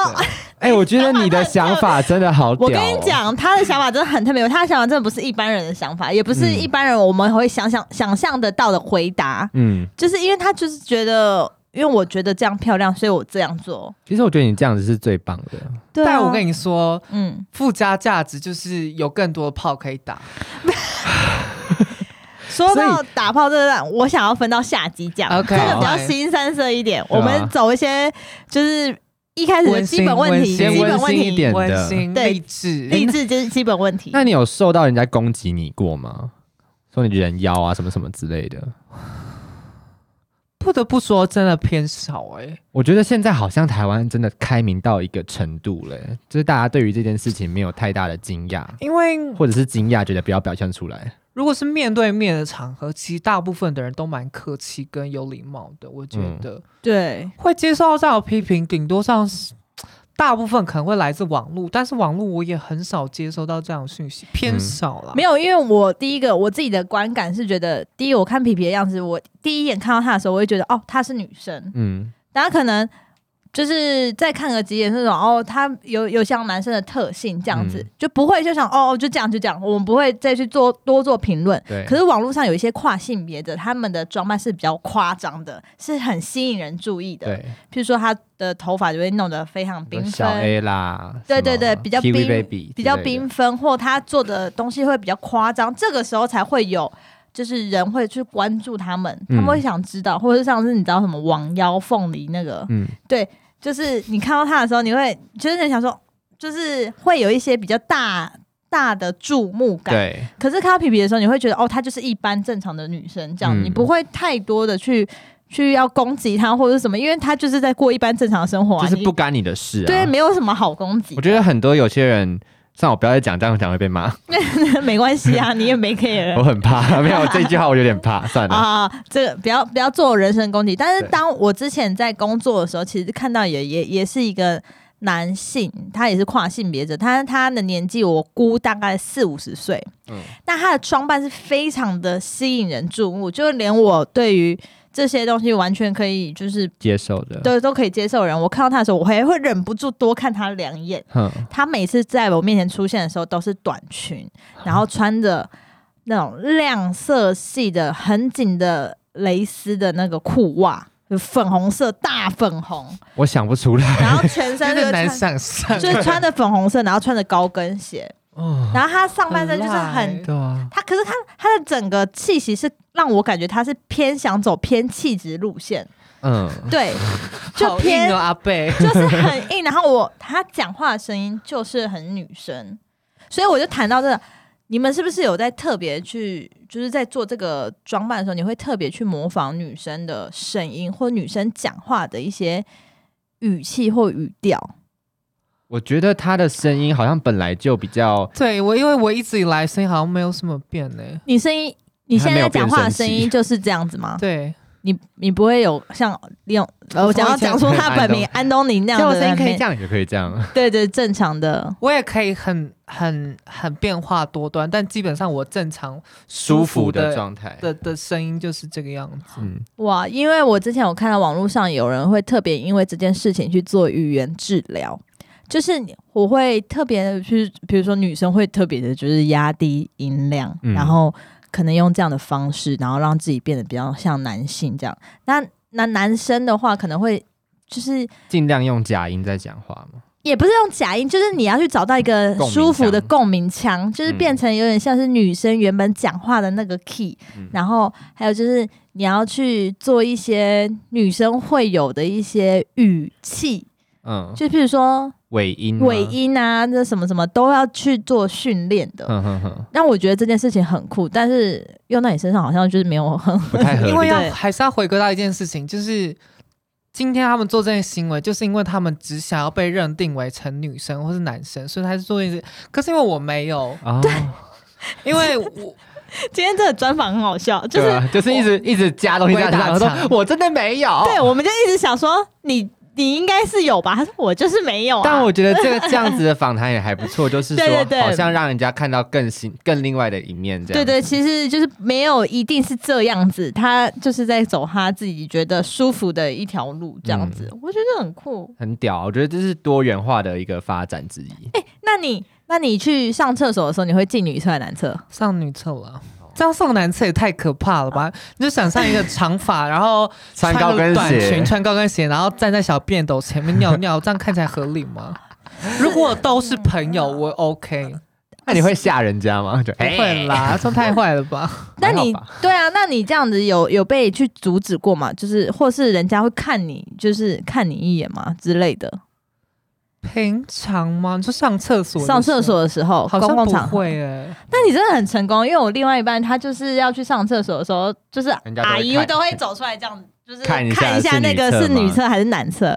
[SPEAKER 3] 样的。
[SPEAKER 2] 哎，我觉得你的想法真的好屌
[SPEAKER 1] 哎我
[SPEAKER 2] 哦
[SPEAKER 1] 跟你，讲，他的想法真的很特别，他的想法真的不是一般人的想
[SPEAKER 2] 嗯
[SPEAKER 1] 法，也不是一般人我们会想想想象得到的回答，
[SPEAKER 2] 嗯，
[SPEAKER 1] 就是因为他就是觉得，因为我觉得这样漂亮，所以我这样做。
[SPEAKER 2] 其实我觉得你这样子是最棒的。
[SPEAKER 1] 对啊
[SPEAKER 3] 但我
[SPEAKER 1] 你
[SPEAKER 3] 跟你说，
[SPEAKER 1] 嗯，
[SPEAKER 3] 附加价值就是有更多的炮可以打。
[SPEAKER 1] 说到打炮这段，我想要分到下集讲这
[SPEAKER 3] OK，
[SPEAKER 1] 个比较
[SPEAKER 3] 好
[SPEAKER 1] 新三色一点，
[SPEAKER 2] 对啊
[SPEAKER 1] 我们走一些就是一开始的
[SPEAKER 3] 温馨
[SPEAKER 1] 基本问题，
[SPEAKER 3] 温馨
[SPEAKER 1] 基本问
[SPEAKER 2] 温馨一
[SPEAKER 1] 题
[SPEAKER 2] 点。变得
[SPEAKER 3] 温馨、
[SPEAKER 1] 对
[SPEAKER 3] 励志、哎
[SPEAKER 1] 励志就是基本问题。
[SPEAKER 2] 那你有受到人家攻击你过吗？说你人妖啊，什么什么之类的。
[SPEAKER 3] 不得不说，真的偏少哎、
[SPEAKER 2] 我觉得现在好像台湾真的开明到一个程度了，欸就是大家对于这件事情没有太大的惊讶，
[SPEAKER 3] 因为
[SPEAKER 2] 或者是惊讶觉得不要表现出来。
[SPEAKER 3] 如果是面对面的场合，其实大部分的人都蛮客气跟有礼貌的，我觉
[SPEAKER 2] 嗯
[SPEAKER 3] 得。
[SPEAKER 1] 对，
[SPEAKER 3] 会接受到这样的批评，顶多上是大部分可能会来自网络，但是网络我也很少接收到这样的讯息，偏
[SPEAKER 2] 嗯
[SPEAKER 3] 少了。
[SPEAKER 1] 没有，因为我第一个我自己的观感是觉得，第一，我看皮皮的样子，我第一眼看到她的时候，我会觉得哦，她是女生，
[SPEAKER 2] 嗯，
[SPEAKER 1] 大家可能就是再看个几眼那种哦，她有 有像男生的特性这样子，
[SPEAKER 2] 嗯
[SPEAKER 1] 就不会就想哦哦就这样就这样，我们不会再去做多做评论。
[SPEAKER 2] 对。
[SPEAKER 1] 可是网络上有一些跨性别的，他们的装扮是比较夸张的，是很吸引人注意的。
[SPEAKER 2] 对，
[SPEAKER 1] 譬如说，他的头发就会弄得非常缤
[SPEAKER 2] 小
[SPEAKER 1] 纷，
[SPEAKER 2] A 啦，
[SPEAKER 1] 对对对
[SPEAKER 2] 什么
[SPEAKER 1] 比较
[SPEAKER 2] TV
[SPEAKER 1] 缤
[SPEAKER 2] baby
[SPEAKER 1] 比较
[SPEAKER 2] 之类的
[SPEAKER 1] 缤纷，或他做的东西会比较夸张，这个时候才会有，就是人会去关注他们，他
[SPEAKER 2] 嗯
[SPEAKER 1] 们会想知道，或者是像是你知道什么王妖凤梨那个，
[SPEAKER 2] 嗯，
[SPEAKER 1] 就是你看到他的时候，你会就是你想说，就是会有一些比较大大的注目感。
[SPEAKER 2] 对，
[SPEAKER 1] 可是看到皮皮的时候，你会觉得哦，她就是一般正常的女生这样，
[SPEAKER 2] 嗯
[SPEAKER 1] 你不会太多的去去要攻击她或者是什么，因为她就是在过一般正常的生活、啊，
[SPEAKER 2] 就是
[SPEAKER 1] 你
[SPEAKER 2] 不干你的事啊。
[SPEAKER 1] 对，没有什么好攻击的。
[SPEAKER 2] 我觉得很多有些人算了，我不要再讲，这样讲会被骂，
[SPEAKER 1] 没关系啊，你也没 care
[SPEAKER 2] 我很怕。没有这句话，我有点 怕，算 了。
[SPEAKER 1] 啊，这个不要不要做人身攻击。但是
[SPEAKER 2] 对
[SPEAKER 1] 当我之前在工作的时候，其实看到也也也是一个男性，他也是跨性别者，他他的年纪我估大概四五十岁，
[SPEAKER 2] 嗯
[SPEAKER 1] 但他的装扮是非常的吸引人注目，就是连我对于这些东西完全可以就是
[SPEAKER 2] 接受的，
[SPEAKER 1] 都都可以接受的人，我看到他的时候，我还会忍不住多看他两眼。
[SPEAKER 2] 哼，
[SPEAKER 1] 她每次在我面前出现的时候都是短裙，
[SPEAKER 3] 啊
[SPEAKER 1] 然后穿着那种亮色系的很紧的蕾丝的那个裤袜，就粉红色大粉红，
[SPEAKER 2] 我想不出来。
[SPEAKER 1] 然后全身
[SPEAKER 3] 真
[SPEAKER 1] 就
[SPEAKER 3] 的
[SPEAKER 1] 是
[SPEAKER 3] 难
[SPEAKER 1] 穿
[SPEAKER 3] 想象。
[SPEAKER 1] 就是穿着粉红色，然后穿着高跟 鞋，
[SPEAKER 2] 哦，
[SPEAKER 1] 然后她上半身就是
[SPEAKER 3] 很
[SPEAKER 1] 很
[SPEAKER 3] 辣。
[SPEAKER 2] 对啊，
[SPEAKER 1] 她可是她她的整个气息是让我感觉她是偏想走偏气质路线，
[SPEAKER 2] 嗯，
[SPEAKER 1] 对，就
[SPEAKER 3] 好
[SPEAKER 1] 偏
[SPEAKER 3] 硬哦，阿 贝。
[SPEAKER 1] 就是很硬。然后我她讲话的声音就是很女生，所以我就谈到这个，你们是不是有在特别去，就是在做这个装扮的时候，你会特别去模仿女生的声音或女生讲话的一些语气或语调？
[SPEAKER 2] 我觉得他的声音好像本来就比较，
[SPEAKER 3] 对我，因为我一直以来声音好像没有什么变呢、
[SPEAKER 1] 你声音，你现在在讲话的声
[SPEAKER 2] 还没有变声
[SPEAKER 1] 音就是这样子吗？
[SPEAKER 3] 对，
[SPEAKER 1] 你你不会有像用呃，我想要讲出他本名安东尼那
[SPEAKER 2] 像
[SPEAKER 1] 样
[SPEAKER 2] 我
[SPEAKER 1] 的
[SPEAKER 2] 声音
[SPEAKER 1] 人
[SPEAKER 2] 可以
[SPEAKER 1] 没
[SPEAKER 2] 这，样，也可以这样。
[SPEAKER 1] 对对，正常的。
[SPEAKER 3] 我也可以很很很变化多端，但基本上我正常
[SPEAKER 2] 舒服
[SPEAKER 3] 服
[SPEAKER 2] 的
[SPEAKER 3] 的
[SPEAKER 2] 状态。
[SPEAKER 3] 的的声音就是这个样子。
[SPEAKER 2] 嗯，
[SPEAKER 1] 哇，因为我之前有看到网络上有人会特别因为这件事情去做语言治疗，就是你我会特别的去，比如说女生会特别的就是压低音量，
[SPEAKER 2] 嗯
[SPEAKER 1] 然后可能用这样的方式，然后让自己变得比较像男性这样。那那男生的话可能会就是
[SPEAKER 2] 尽量用假音在讲话嘛。
[SPEAKER 1] 也不是用假音，就是你要去找到一个
[SPEAKER 2] 共鸣
[SPEAKER 1] 舒服的
[SPEAKER 2] 腔嗯
[SPEAKER 1] 共鸣腔，就是变成有点像是女生原本讲话的那个 key，、
[SPEAKER 2] 嗯
[SPEAKER 1] 然后还有就是你要去做一些女生会有的一些语气，
[SPEAKER 2] 嗯，
[SPEAKER 1] 就譬如说
[SPEAKER 2] 尾音吗，
[SPEAKER 1] 尾音啊，那什么什么都要去做训练的。
[SPEAKER 2] 嗯哼哼哼，
[SPEAKER 1] 但我觉得这件事情很酷，但是用到你身上好像就是没有很
[SPEAKER 2] 不太合理。
[SPEAKER 3] 因为要
[SPEAKER 1] 对
[SPEAKER 3] 还是要回归到一件事情，就是今天他们做这些行为，就是因为他们只想要被认定为成女生或是男生，所以他是做一些。可是因为我没有，
[SPEAKER 2] 啊，
[SPEAKER 3] 因为我
[SPEAKER 1] 今天这个专访很好笑，就
[SPEAKER 2] 对
[SPEAKER 1] 是
[SPEAKER 2] 啊就是一直一直加东西在
[SPEAKER 3] 鬼打
[SPEAKER 2] 上，我
[SPEAKER 3] 墙
[SPEAKER 2] 说我真的没有。
[SPEAKER 1] 对，我们就一直想说你你应该是有吧，他说我就是没有、啊，
[SPEAKER 2] 但我觉得这个这样子的访谈也还不错，就是
[SPEAKER 1] 对对
[SPEAKER 2] 说
[SPEAKER 1] 对
[SPEAKER 2] 好像让人家看到更新、更另外的一面，这样
[SPEAKER 1] 对对，其实就是没有一定是这样子，他就是在走他自己觉得舒服的一条路，这样子，
[SPEAKER 3] 嗯
[SPEAKER 1] 我觉得很酷。
[SPEAKER 2] 很屌啊。我觉得这是多元化的一个发展之一。
[SPEAKER 1] 那你那你去上厕所的时候，你会进女厕还是男厕？
[SPEAKER 3] 上女厕了。这样上男厕也太可怕了吧！你就想象一个长发，然后
[SPEAKER 2] 穿
[SPEAKER 3] 个
[SPEAKER 2] 高跟
[SPEAKER 3] 短
[SPEAKER 2] 鞋
[SPEAKER 3] 裙，穿高跟鞋，然后站在小便斗前面尿尿，这样看起来合理吗？如果都是朋友，我 OK，
[SPEAKER 2] 那你会吓人家吗？就
[SPEAKER 3] 不会，啦，这样太坏了吧？
[SPEAKER 1] 那你
[SPEAKER 2] 还好吧
[SPEAKER 1] 对啊，那你这样子有有被去阻止过吗？就是或是人家会看你，就是看你一眼吗之类的？
[SPEAKER 3] 平常吗？你说上厕所的时候，
[SPEAKER 1] 上厕所的时候，
[SPEAKER 3] 好
[SPEAKER 1] 公
[SPEAKER 3] 像
[SPEAKER 1] 共
[SPEAKER 3] 不
[SPEAKER 1] 场合
[SPEAKER 3] 会哎、
[SPEAKER 1] 那你真的很成功，因为我另外一半他就是要去上厕所的时候，就是
[SPEAKER 2] 人家都会
[SPEAKER 1] 阿姨
[SPEAKER 2] 看
[SPEAKER 1] 都会走出来这样，就是
[SPEAKER 2] 看一下
[SPEAKER 1] 看一下
[SPEAKER 2] 是
[SPEAKER 1] 那
[SPEAKER 2] 女
[SPEAKER 1] 个
[SPEAKER 2] 厕
[SPEAKER 1] 是
[SPEAKER 2] 吗
[SPEAKER 1] 女厕还是男厕。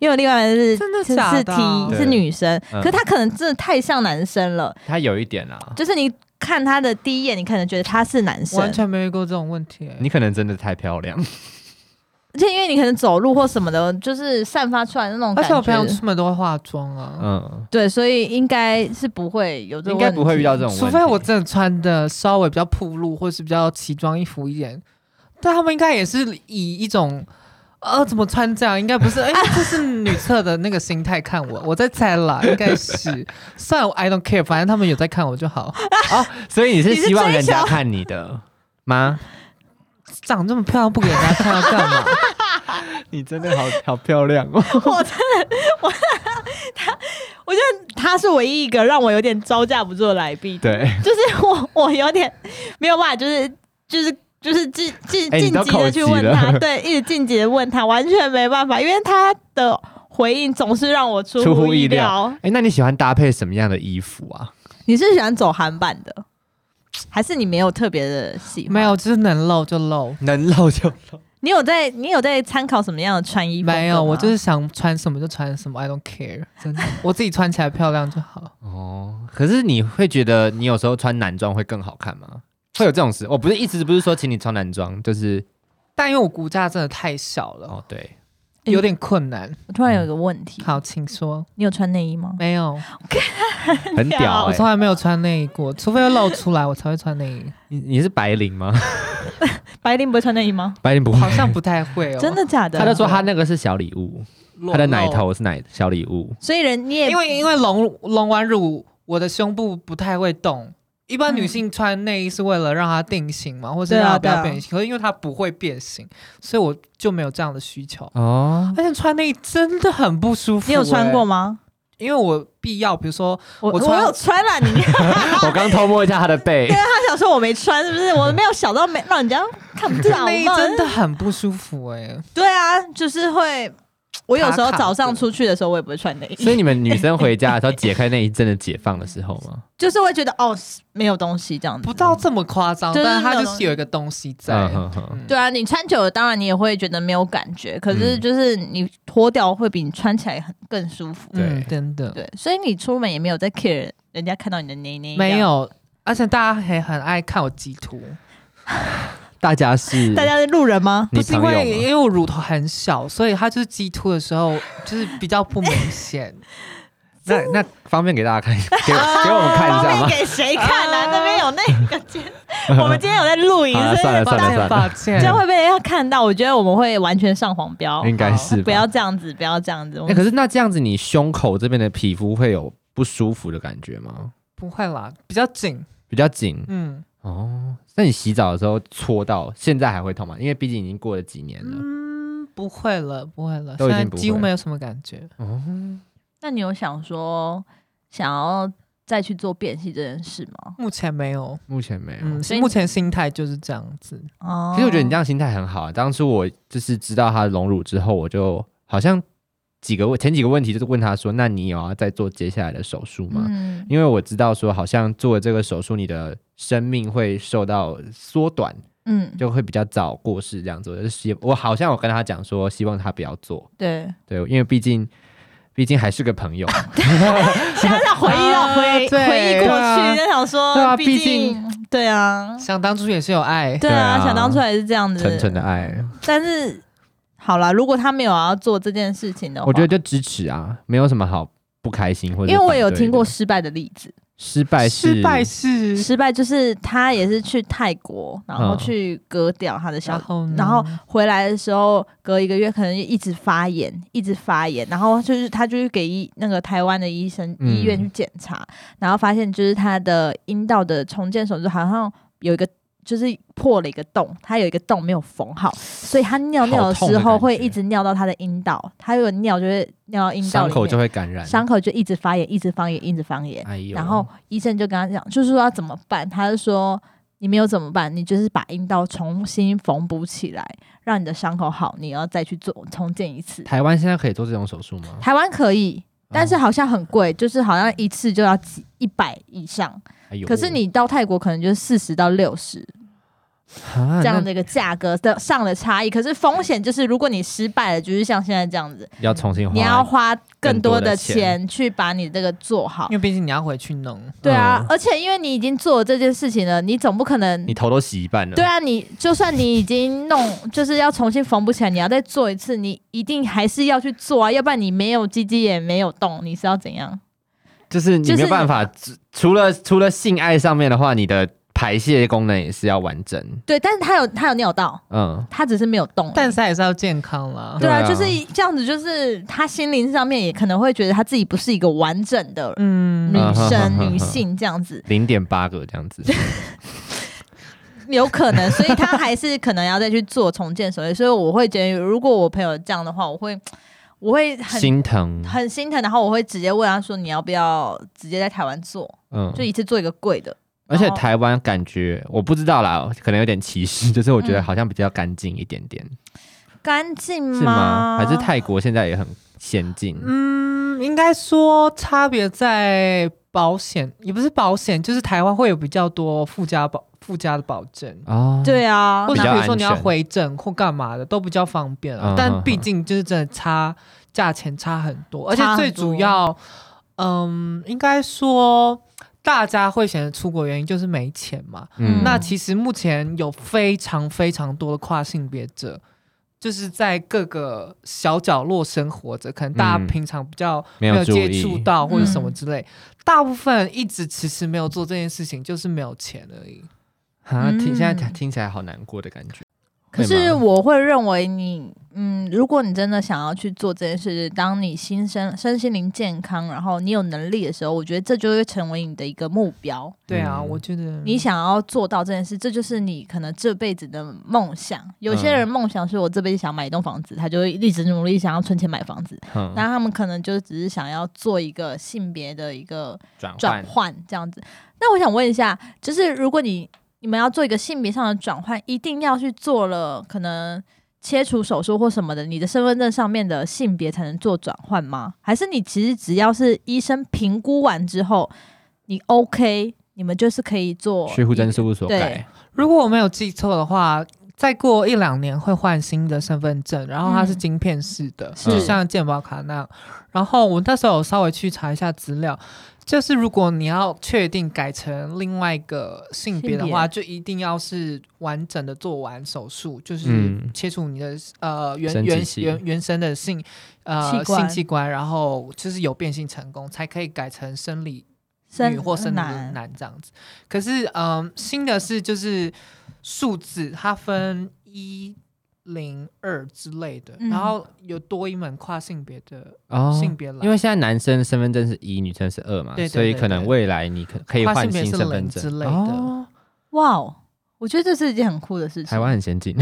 [SPEAKER 1] 因为我另外一半是
[SPEAKER 3] 真的
[SPEAKER 1] 是
[SPEAKER 3] 假
[SPEAKER 1] 是
[SPEAKER 3] 的啊
[SPEAKER 1] T 是
[SPEAKER 2] 对
[SPEAKER 1] 女生，
[SPEAKER 2] 嗯
[SPEAKER 1] 可是他可能真的太像男生了，
[SPEAKER 2] 他有一点啊，
[SPEAKER 1] 就是你看他的第一眼，你可能觉得他是男生，
[SPEAKER 3] 完全没遇过这种问题、欸。
[SPEAKER 2] 你可能真的太漂亮。
[SPEAKER 1] 而且因为你可能走路或什么的，就是散发出来那种
[SPEAKER 3] 而
[SPEAKER 1] 感
[SPEAKER 3] 且
[SPEAKER 1] 觉，
[SPEAKER 3] 我平常出门都会化妆啊，
[SPEAKER 2] 嗯，
[SPEAKER 1] 对，所以应该是不会有这个
[SPEAKER 2] 应该不会遇到这
[SPEAKER 1] 种。
[SPEAKER 2] 种问题，
[SPEAKER 3] 除非我真的穿的稍微比较暴露，或是比较奇装异服一点。但他们应该也是以一种，呃，怎么穿这样？应该不是，哎、这是女厕的那个心态看 我，我在猜啦，应该是。算了，I don't care，反正他们有在看我就好。
[SPEAKER 2] 所以你是
[SPEAKER 1] 你是
[SPEAKER 2] 希望人
[SPEAKER 1] 追
[SPEAKER 2] 家
[SPEAKER 1] 求
[SPEAKER 2] 看你的吗？
[SPEAKER 3] 长这么漂亮，不给人家看要干 嘛？
[SPEAKER 2] 你真的好好漂亮哦！
[SPEAKER 1] 我真的，我 他，我觉得他是唯一一个让我有点招架不住的来宾，
[SPEAKER 2] 对，
[SPEAKER 1] 就是我我有点没有办法、就是，就是就是晋晋
[SPEAKER 2] 哎你
[SPEAKER 1] 晋
[SPEAKER 2] 都
[SPEAKER 1] 级的去
[SPEAKER 2] 口急
[SPEAKER 1] 问 他，
[SPEAKER 2] 了
[SPEAKER 1] 对，一直晋级的问他，完全没办法，因为他的回应总是让我出
[SPEAKER 2] 出
[SPEAKER 1] 乎
[SPEAKER 2] 乎
[SPEAKER 1] 意
[SPEAKER 2] 意料
[SPEAKER 1] 料。
[SPEAKER 2] 哎，那你喜欢搭配什么样的衣服啊？
[SPEAKER 1] 你是喜欢走韩版的，还是你没有特别的喜欢？
[SPEAKER 3] 没，有，就是能露就露。
[SPEAKER 2] 能露就露。
[SPEAKER 1] 你有在你有在参考什么样的穿衣风格吗？
[SPEAKER 3] 没有，我就是想穿什么就穿什么，I don't care，真的，我自己穿起来漂亮就好。
[SPEAKER 2] 哦，可是你会觉得你有时候穿男装会更好看吗？会有这种事？哦我不是一直不是说请你穿男装，就是
[SPEAKER 3] 但因为我骨架真的太小了，
[SPEAKER 2] 哦，对，
[SPEAKER 3] 有点困难。
[SPEAKER 1] 我突然有一个问题，
[SPEAKER 3] 好，请说。
[SPEAKER 1] 你有穿内衣吗？
[SPEAKER 3] 没有，
[SPEAKER 2] 很屌、
[SPEAKER 3] 我
[SPEAKER 2] 欸
[SPEAKER 3] 从。来没有穿内衣过，除非露出来，我才会穿内衣。
[SPEAKER 2] 你你是白领吗？
[SPEAKER 1] 白领不会穿内衣吗？
[SPEAKER 2] 白领不会
[SPEAKER 3] 好。像不太会哦。
[SPEAKER 1] 真，的假的？
[SPEAKER 2] 他就说他那个是小礼物，他的奶，头是奶小礼物。
[SPEAKER 1] 所以人你也
[SPEAKER 3] 因为因为隆隆完乳，我的胸部不太会动。一般女性穿内衣是为了让它定型嘛，或是
[SPEAKER 1] 嗯对啊
[SPEAKER 3] 让它不
[SPEAKER 1] 对
[SPEAKER 3] 要
[SPEAKER 1] 啊
[SPEAKER 3] 变形。可是因为它不会变形，所以我就没有这样的需求。
[SPEAKER 2] 哦，
[SPEAKER 3] 而且穿内衣真的很不舒服、
[SPEAKER 1] 你有穿过
[SPEAKER 3] 吗？
[SPEAKER 1] 吗？
[SPEAKER 3] 因为我必要，比如说
[SPEAKER 1] 我
[SPEAKER 3] 我穿
[SPEAKER 1] 有穿啦，你
[SPEAKER 2] 我刚偷摸一下他的 背，
[SPEAKER 1] 他 想说我没穿是不是？我没有想到没让人家看不到
[SPEAKER 3] 内衣
[SPEAKER 1] 嘛
[SPEAKER 3] 真的很不舒服哎、
[SPEAKER 1] 对啊，就是会。我有时候
[SPEAKER 3] 卡卡的
[SPEAKER 1] 早上出去的时候，我也不会穿内
[SPEAKER 2] 所以
[SPEAKER 1] 衣，
[SPEAKER 2] 你们女生回家的时候解开内衣真的解放的时候吗？
[SPEAKER 1] 就是会觉得哦没有东西这样子
[SPEAKER 3] 不。到这么夸张，
[SPEAKER 1] 就是
[SPEAKER 3] 但是它
[SPEAKER 1] 那
[SPEAKER 3] 就
[SPEAKER 1] 种
[SPEAKER 3] 是有一个东西在。
[SPEAKER 2] 嗯哼哼，
[SPEAKER 3] 嗯
[SPEAKER 1] 对啊，你穿久了，当然你也会觉得没有感觉，可是
[SPEAKER 2] 嗯
[SPEAKER 1] 就是你脱掉会比你穿起来很更舒服。
[SPEAKER 3] 嗯
[SPEAKER 2] 对
[SPEAKER 3] 真的
[SPEAKER 1] 对，所以你出门也没有在 care 人家看到你的内内，
[SPEAKER 3] 没，有，而且大家还很爱看我截图，
[SPEAKER 2] 大家是
[SPEAKER 1] 大家是路人吗？
[SPEAKER 2] 你
[SPEAKER 3] 不是因
[SPEAKER 2] 朋友
[SPEAKER 3] 为因
[SPEAKER 2] 吗？
[SPEAKER 3] 为我乳头很小，所以它就是截图的时候就是比较不明显。
[SPEAKER 2] 那那方便给大家看，给我给我们看一下
[SPEAKER 1] 方
[SPEAKER 2] 吗？
[SPEAKER 1] 便给谁看啊？
[SPEAKER 3] 啊
[SPEAKER 1] 那边有那个间，我们今天有在录影，
[SPEAKER 2] 好了，
[SPEAKER 1] 所
[SPEAKER 2] 算
[SPEAKER 1] 以
[SPEAKER 2] 了算了算
[SPEAKER 3] 抱
[SPEAKER 2] 了，
[SPEAKER 3] 歉，
[SPEAKER 1] 这样会被人家看到。我觉得我们会完全上黄标，
[SPEAKER 2] 应该是吧
[SPEAKER 1] 不要这样子，不要这样子。我
[SPEAKER 2] 哎、
[SPEAKER 1] 们
[SPEAKER 2] 可是那这样子，你胸口这边的皮肤会有不舒服的感觉吗？
[SPEAKER 3] 不会啦，比较紧。
[SPEAKER 2] 比较紧
[SPEAKER 3] 嗯
[SPEAKER 2] 哦。那你洗澡的时候搓到，现在还会痛吗？因为毕竟已经过了几年了。
[SPEAKER 3] 嗯，不会了，不会了，
[SPEAKER 2] 都
[SPEAKER 3] 现
[SPEAKER 2] 已经
[SPEAKER 3] 在
[SPEAKER 2] 不会
[SPEAKER 3] 几乎没有什么感觉。
[SPEAKER 2] 哦，
[SPEAKER 1] 那你有想说想要再去做变戏这件事吗？
[SPEAKER 3] 目前没有，
[SPEAKER 2] 目前没有。
[SPEAKER 3] 嗯
[SPEAKER 1] 所以，
[SPEAKER 3] 目前心态就是这样子。
[SPEAKER 1] 哦，
[SPEAKER 2] 其实我觉得你这样心态很好、啊。当初我就是知道他隆乳之后，我就好像几个问前几个问题就是问他说：“那你有要再做接下来的手术吗？”
[SPEAKER 1] 嗯，
[SPEAKER 2] 因为我知道说，好像做了这个手术，你的生命会受到缩短，
[SPEAKER 1] 嗯，
[SPEAKER 2] 就会比较早过世这样子。我就希我好像有跟他讲说，希望他不要做，
[SPEAKER 1] 对，
[SPEAKER 2] 对，因为毕竟毕竟还是个朋友，
[SPEAKER 1] 现在在回忆到
[SPEAKER 3] 啊
[SPEAKER 1] 回
[SPEAKER 3] 对
[SPEAKER 1] 回忆过
[SPEAKER 3] 对
[SPEAKER 1] 去，
[SPEAKER 3] 啊
[SPEAKER 1] 在想说，
[SPEAKER 2] 对啊
[SPEAKER 1] 毕
[SPEAKER 2] 毕
[SPEAKER 1] 竟对啊，
[SPEAKER 3] 想当初也是有爱，
[SPEAKER 1] 对
[SPEAKER 2] 对
[SPEAKER 1] 啊，
[SPEAKER 2] 啊
[SPEAKER 1] 想当初还是这样子，
[SPEAKER 2] 纯纯的爱，
[SPEAKER 1] 但是好啦，如果他没有要做这件事情的话，
[SPEAKER 2] 我觉得就支持啊，没有什么好不开心或者
[SPEAKER 1] 因为我有
[SPEAKER 2] 反对
[SPEAKER 1] 听
[SPEAKER 2] 的
[SPEAKER 1] 过失败的例子，
[SPEAKER 2] 失败是
[SPEAKER 3] 失败是
[SPEAKER 1] 失败就是他也是去泰国，然后
[SPEAKER 2] 嗯
[SPEAKER 1] 去割掉他的小
[SPEAKER 3] 然后呢
[SPEAKER 1] 然后哦回来的时候，隔一个月可能就一直发炎，一直发炎，然后就是他就是给医那个台湾的医生
[SPEAKER 2] 嗯
[SPEAKER 1] 医院去检查，然后发现就是他的阴道的重建手术好像有一个就是破了一个洞，他有一个洞没有缝好，所以他尿尿的
[SPEAKER 2] 好痛
[SPEAKER 1] 时
[SPEAKER 2] 的
[SPEAKER 1] 候
[SPEAKER 2] 感觉
[SPEAKER 1] 会一直尿到他的阴道，他有尿就会尿到阴道
[SPEAKER 2] 伤
[SPEAKER 1] 里
[SPEAKER 2] 口就
[SPEAKER 1] 面，
[SPEAKER 2] 会感染，
[SPEAKER 1] 伤口就一直发炎，一直发炎，一直发炎，
[SPEAKER 2] 哎呦，
[SPEAKER 1] 然后医生就跟他讲，就是说要怎么办，他就说你没有怎么办，你就是把阴道重新缝补起来，让你的伤口好，你要再去做重建一次。
[SPEAKER 2] 台湾现在可以做这种手术吗？啊
[SPEAKER 1] 台湾可以， 但是好像很贵，就是好像一次就要几一百以上，
[SPEAKER 2] 哎呦，
[SPEAKER 1] 可是你到泰国可能就是四十到六十
[SPEAKER 2] 啊
[SPEAKER 1] 这样
[SPEAKER 2] 那
[SPEAKER 1] 的一个价格的上的差异。可是风险就是，如果你失败了，就是像现在这样子，
[SPEAKER 2] 要重新
[SPEAKER 1] 你要
[SPEAKER 2] 花，
[SPEAKER 1] 嗯花更
[SPEAKER 2] 更多
[SPEAKER 1] 多的
[SPEAKER 2] 的钱
[SPEAKER 1] 钱嗯去把你这个做好
[SPEAKER 3] 因。为毕竟你要回去弄，
[SPEAKER 1] 对啊，
[SPEAKER 2] 嗯
[SPEAKER 1] 而且因为你已经做了这件事情了，你总不可能
[SPEAKER 2] 你头都洗一半了，
[SPEAKER 1] 对啊，你就算你已经弄，就是要重新缝不起来，你要再做一次，你一定还是要去做啊，要不然你没有鸡鸡也没有动，你是要怎样？
[SPEAKER 2] 就是你
[SPEAKER 1] 就是
[SPEAKER 2] 没有办法，只除了除了性爱上面的话，你的排泄功能也是要完整。
[SPEAKER 1] 对，但是他有他有尿道，
[SPEAKER 2] 嗯，
[SPEAKER 1] 他只是没有动而已。
[SPEAKER 3] 但是它也是要健康啦。
[SPEAKER 1] 对啊，
[SPEAKER 2] 对啊
[SPEAKER 1] 就是这样子，就是他心灵上面也可能会觉得他自己不是一个完整的
[SPEAKER 3] 嗯
[SPEAKER 1] 女
[SPEAKER 2] 嗯哼
[SPEAKER 1] 生、
[SPEAKER 2] 哼哼
[SPEAKER 1] 女性这样子，
[SPEAKER 2] 零点八个这样子，
[SPEAKER 1] 有可能，所以他还是可能要再去做重建手术。所以我会觉得，如果我朋友这样的话，我会我会很
[SPEAKER 2] 心疼。
[SPEAKER 1] 很心疼，然后我会直接问他说：“你要不要直接在台湾做？”
[SPEAKER 2] 嗯，
[SPEAKER 1] 就一次做一个贵的。
[SPEAKER 2] 而且
[SPEAKER 1] 然后
[SPEAKER 2] 台湾感觉我不知道啦，可能有点歧视，就是我觉得
[SPEAKER 1] 嗯
[SPEAKER 2] 好像比较干净一点点，
[SPEAKER 1] 干净
[SPEAKER 2] 是吗？还是泰国现在也很先进？
[SPEAKER 3] 嗯，应该说差别在保险，也不是保险，就是台湾会有比较多附加保附加的保证，
[SPEAKER 2] 哦，，
[SPEAKER 1] 对啊
[SPEAKER 3] 或，者
[SPEAKER 2] 比较
[SPEAKER 3] 比如说你要
[SPEAKER 2] 安全
[SPEAKER 3] 回诊或干嘛的都比较方便
[SPEAKER 2] 嗯
[SPEAKER 3] 啊。但毕竟就是真的差价钱差很多，而且
[SPEAKER 1] 差很
[SPEAKER 3] 最
[SPEAKER 1] 多
[SPEAKER 3] 主要，嗯，应该说大家会选择出国原因就是没钱嘛。
[SPEAKER 1] 嗯
[SPEAKER 3] 那其实目前有非常非常多的跨性别者，就是在各个小角落生活着，可能大家
[SPEAKER 2] 嗯
[SPEAKER 3] 平常比较
[SPEAKER 2] 没
[SPEAKER 3] 没
[SPEAKER 2] 有
[SPEAKER 3] 有
[SPEAKER 2] 注
[SPEAKER 3] 接
[SPEAKER 2] 意
[SPEAKER 3] 触到或者什么
[SPEAKER 1] 嗯
[SPEAKER 3] 之类，大部分一直迟迟没有做这件事情，就是没有钱而已。
[SPEAKER 2] 啊，听现在
[SPEAKER 1] 嗯
[SPEAKER 2] 听起来好难过的感觉。
[SPEAKER 1] 可
[SPEAKER 2] 会
[SPEAKER 1] 是
[SPEAKER 2] 吗
[SPEAKER 1] 我会认为你，嗯，如果你真的想要去做这件事，当你心身身心灵健康，然后你有能力的时候，我觉得这就会成为你的一个目标。
[SPEAKER 3] 对啊，
[SPEAKER 2] 嗯
[SPEAKER 3] 我觉得
[SPEAKER 1] 你想要做到这件事，这就是你可能这辈子的梦想。有
[SPEAKER 2] 嗯
[SPEAKER 1] 些人梦想是我这辈子想买一栋房子，他就会一直努力想要存钱买房子。
[SPEAKER 2] 嗯
[SPEAKER 1] 那他们可能就只是想要做一个性别的一个
[SPEAKER 2] 转
[SPEAKER 1] 转
[SPEAKER 2] 换
[SPEAKER 1] 换这样子。那我想问一下，就是如果你你们要做一个性别上的转换，一定要去做了可能切除手术或什么的，你的身份证上面的性别才能做转换吗？还是你其实只要是医生评估完之后，你 OK，你们就是可以做
[SPEAKER 2] 去户政事务所
[SPEAKER 1] 对
[SPEAKER 2] 改，
[SPEAKER 3] 如果我没有记错的话，再过一两年会换新的身份证，然后它是
[SPEAKER 1] 嗯
[SPEAKER 3] 晶片式的，
[SPEAKER 1] 是
[SPEAKER 3] 就像健保卡那样。然后我那时候有稍微去查一下资料，就是如果你要确定改成另外一个性别的话，就一定要是完整的做完手术，就是
[SPEAKER 2] 嗯
[SPEAKER 3] 切除你的、呃原
[SPEAKER 2] 生殖
[SPEAKER 3] 原
[SPEAKER 2] 器
[SPEAKER 3] 原原生的性呃
[SPEAKER 1] 器官
[SPEAKER 3] 性器官，然后就是有变性成功，才可以改成生理
[SPEAKER 1] 生
[SPEAKER 3] 女或生理
[SPEAKER 1] 男
[SPEAKER 3] 男这样子。可是，嗯，新的是就是数字，它分一零二之类的，
[SPEAKER 1] 嗯
[SPEAKER 3] 然后有多一门跨性别的、
[SPEAKER 2] 哦
[SPEAKER 3] 性别栏，
[SPEAKER 2] 因为现在男生身份证是一，女生是二嘛，
[SPEAKER 3] 对对对
[SPEAKER 2] 所以可能
[SPEAKER 3] 对
[SPEAKER 2] 未来你可可以
[SPEAKER 3] 跨
[SPEAKER 2] 换
[SPEAKER 3] 性别
[SPEAKER 2] 新
[SPEAKER 3] 是
[SPEAKER 2] 身份
[SPEAKER 3] 零
[SPEAKER 2] 证
[SPEAKER 3] 之类的。
[SPEAKER 2] 哦
[SPEAKER 1] 哇哦，我觉得这是一件很酷的事情。
[SPEAKER 2] 台湾很先进，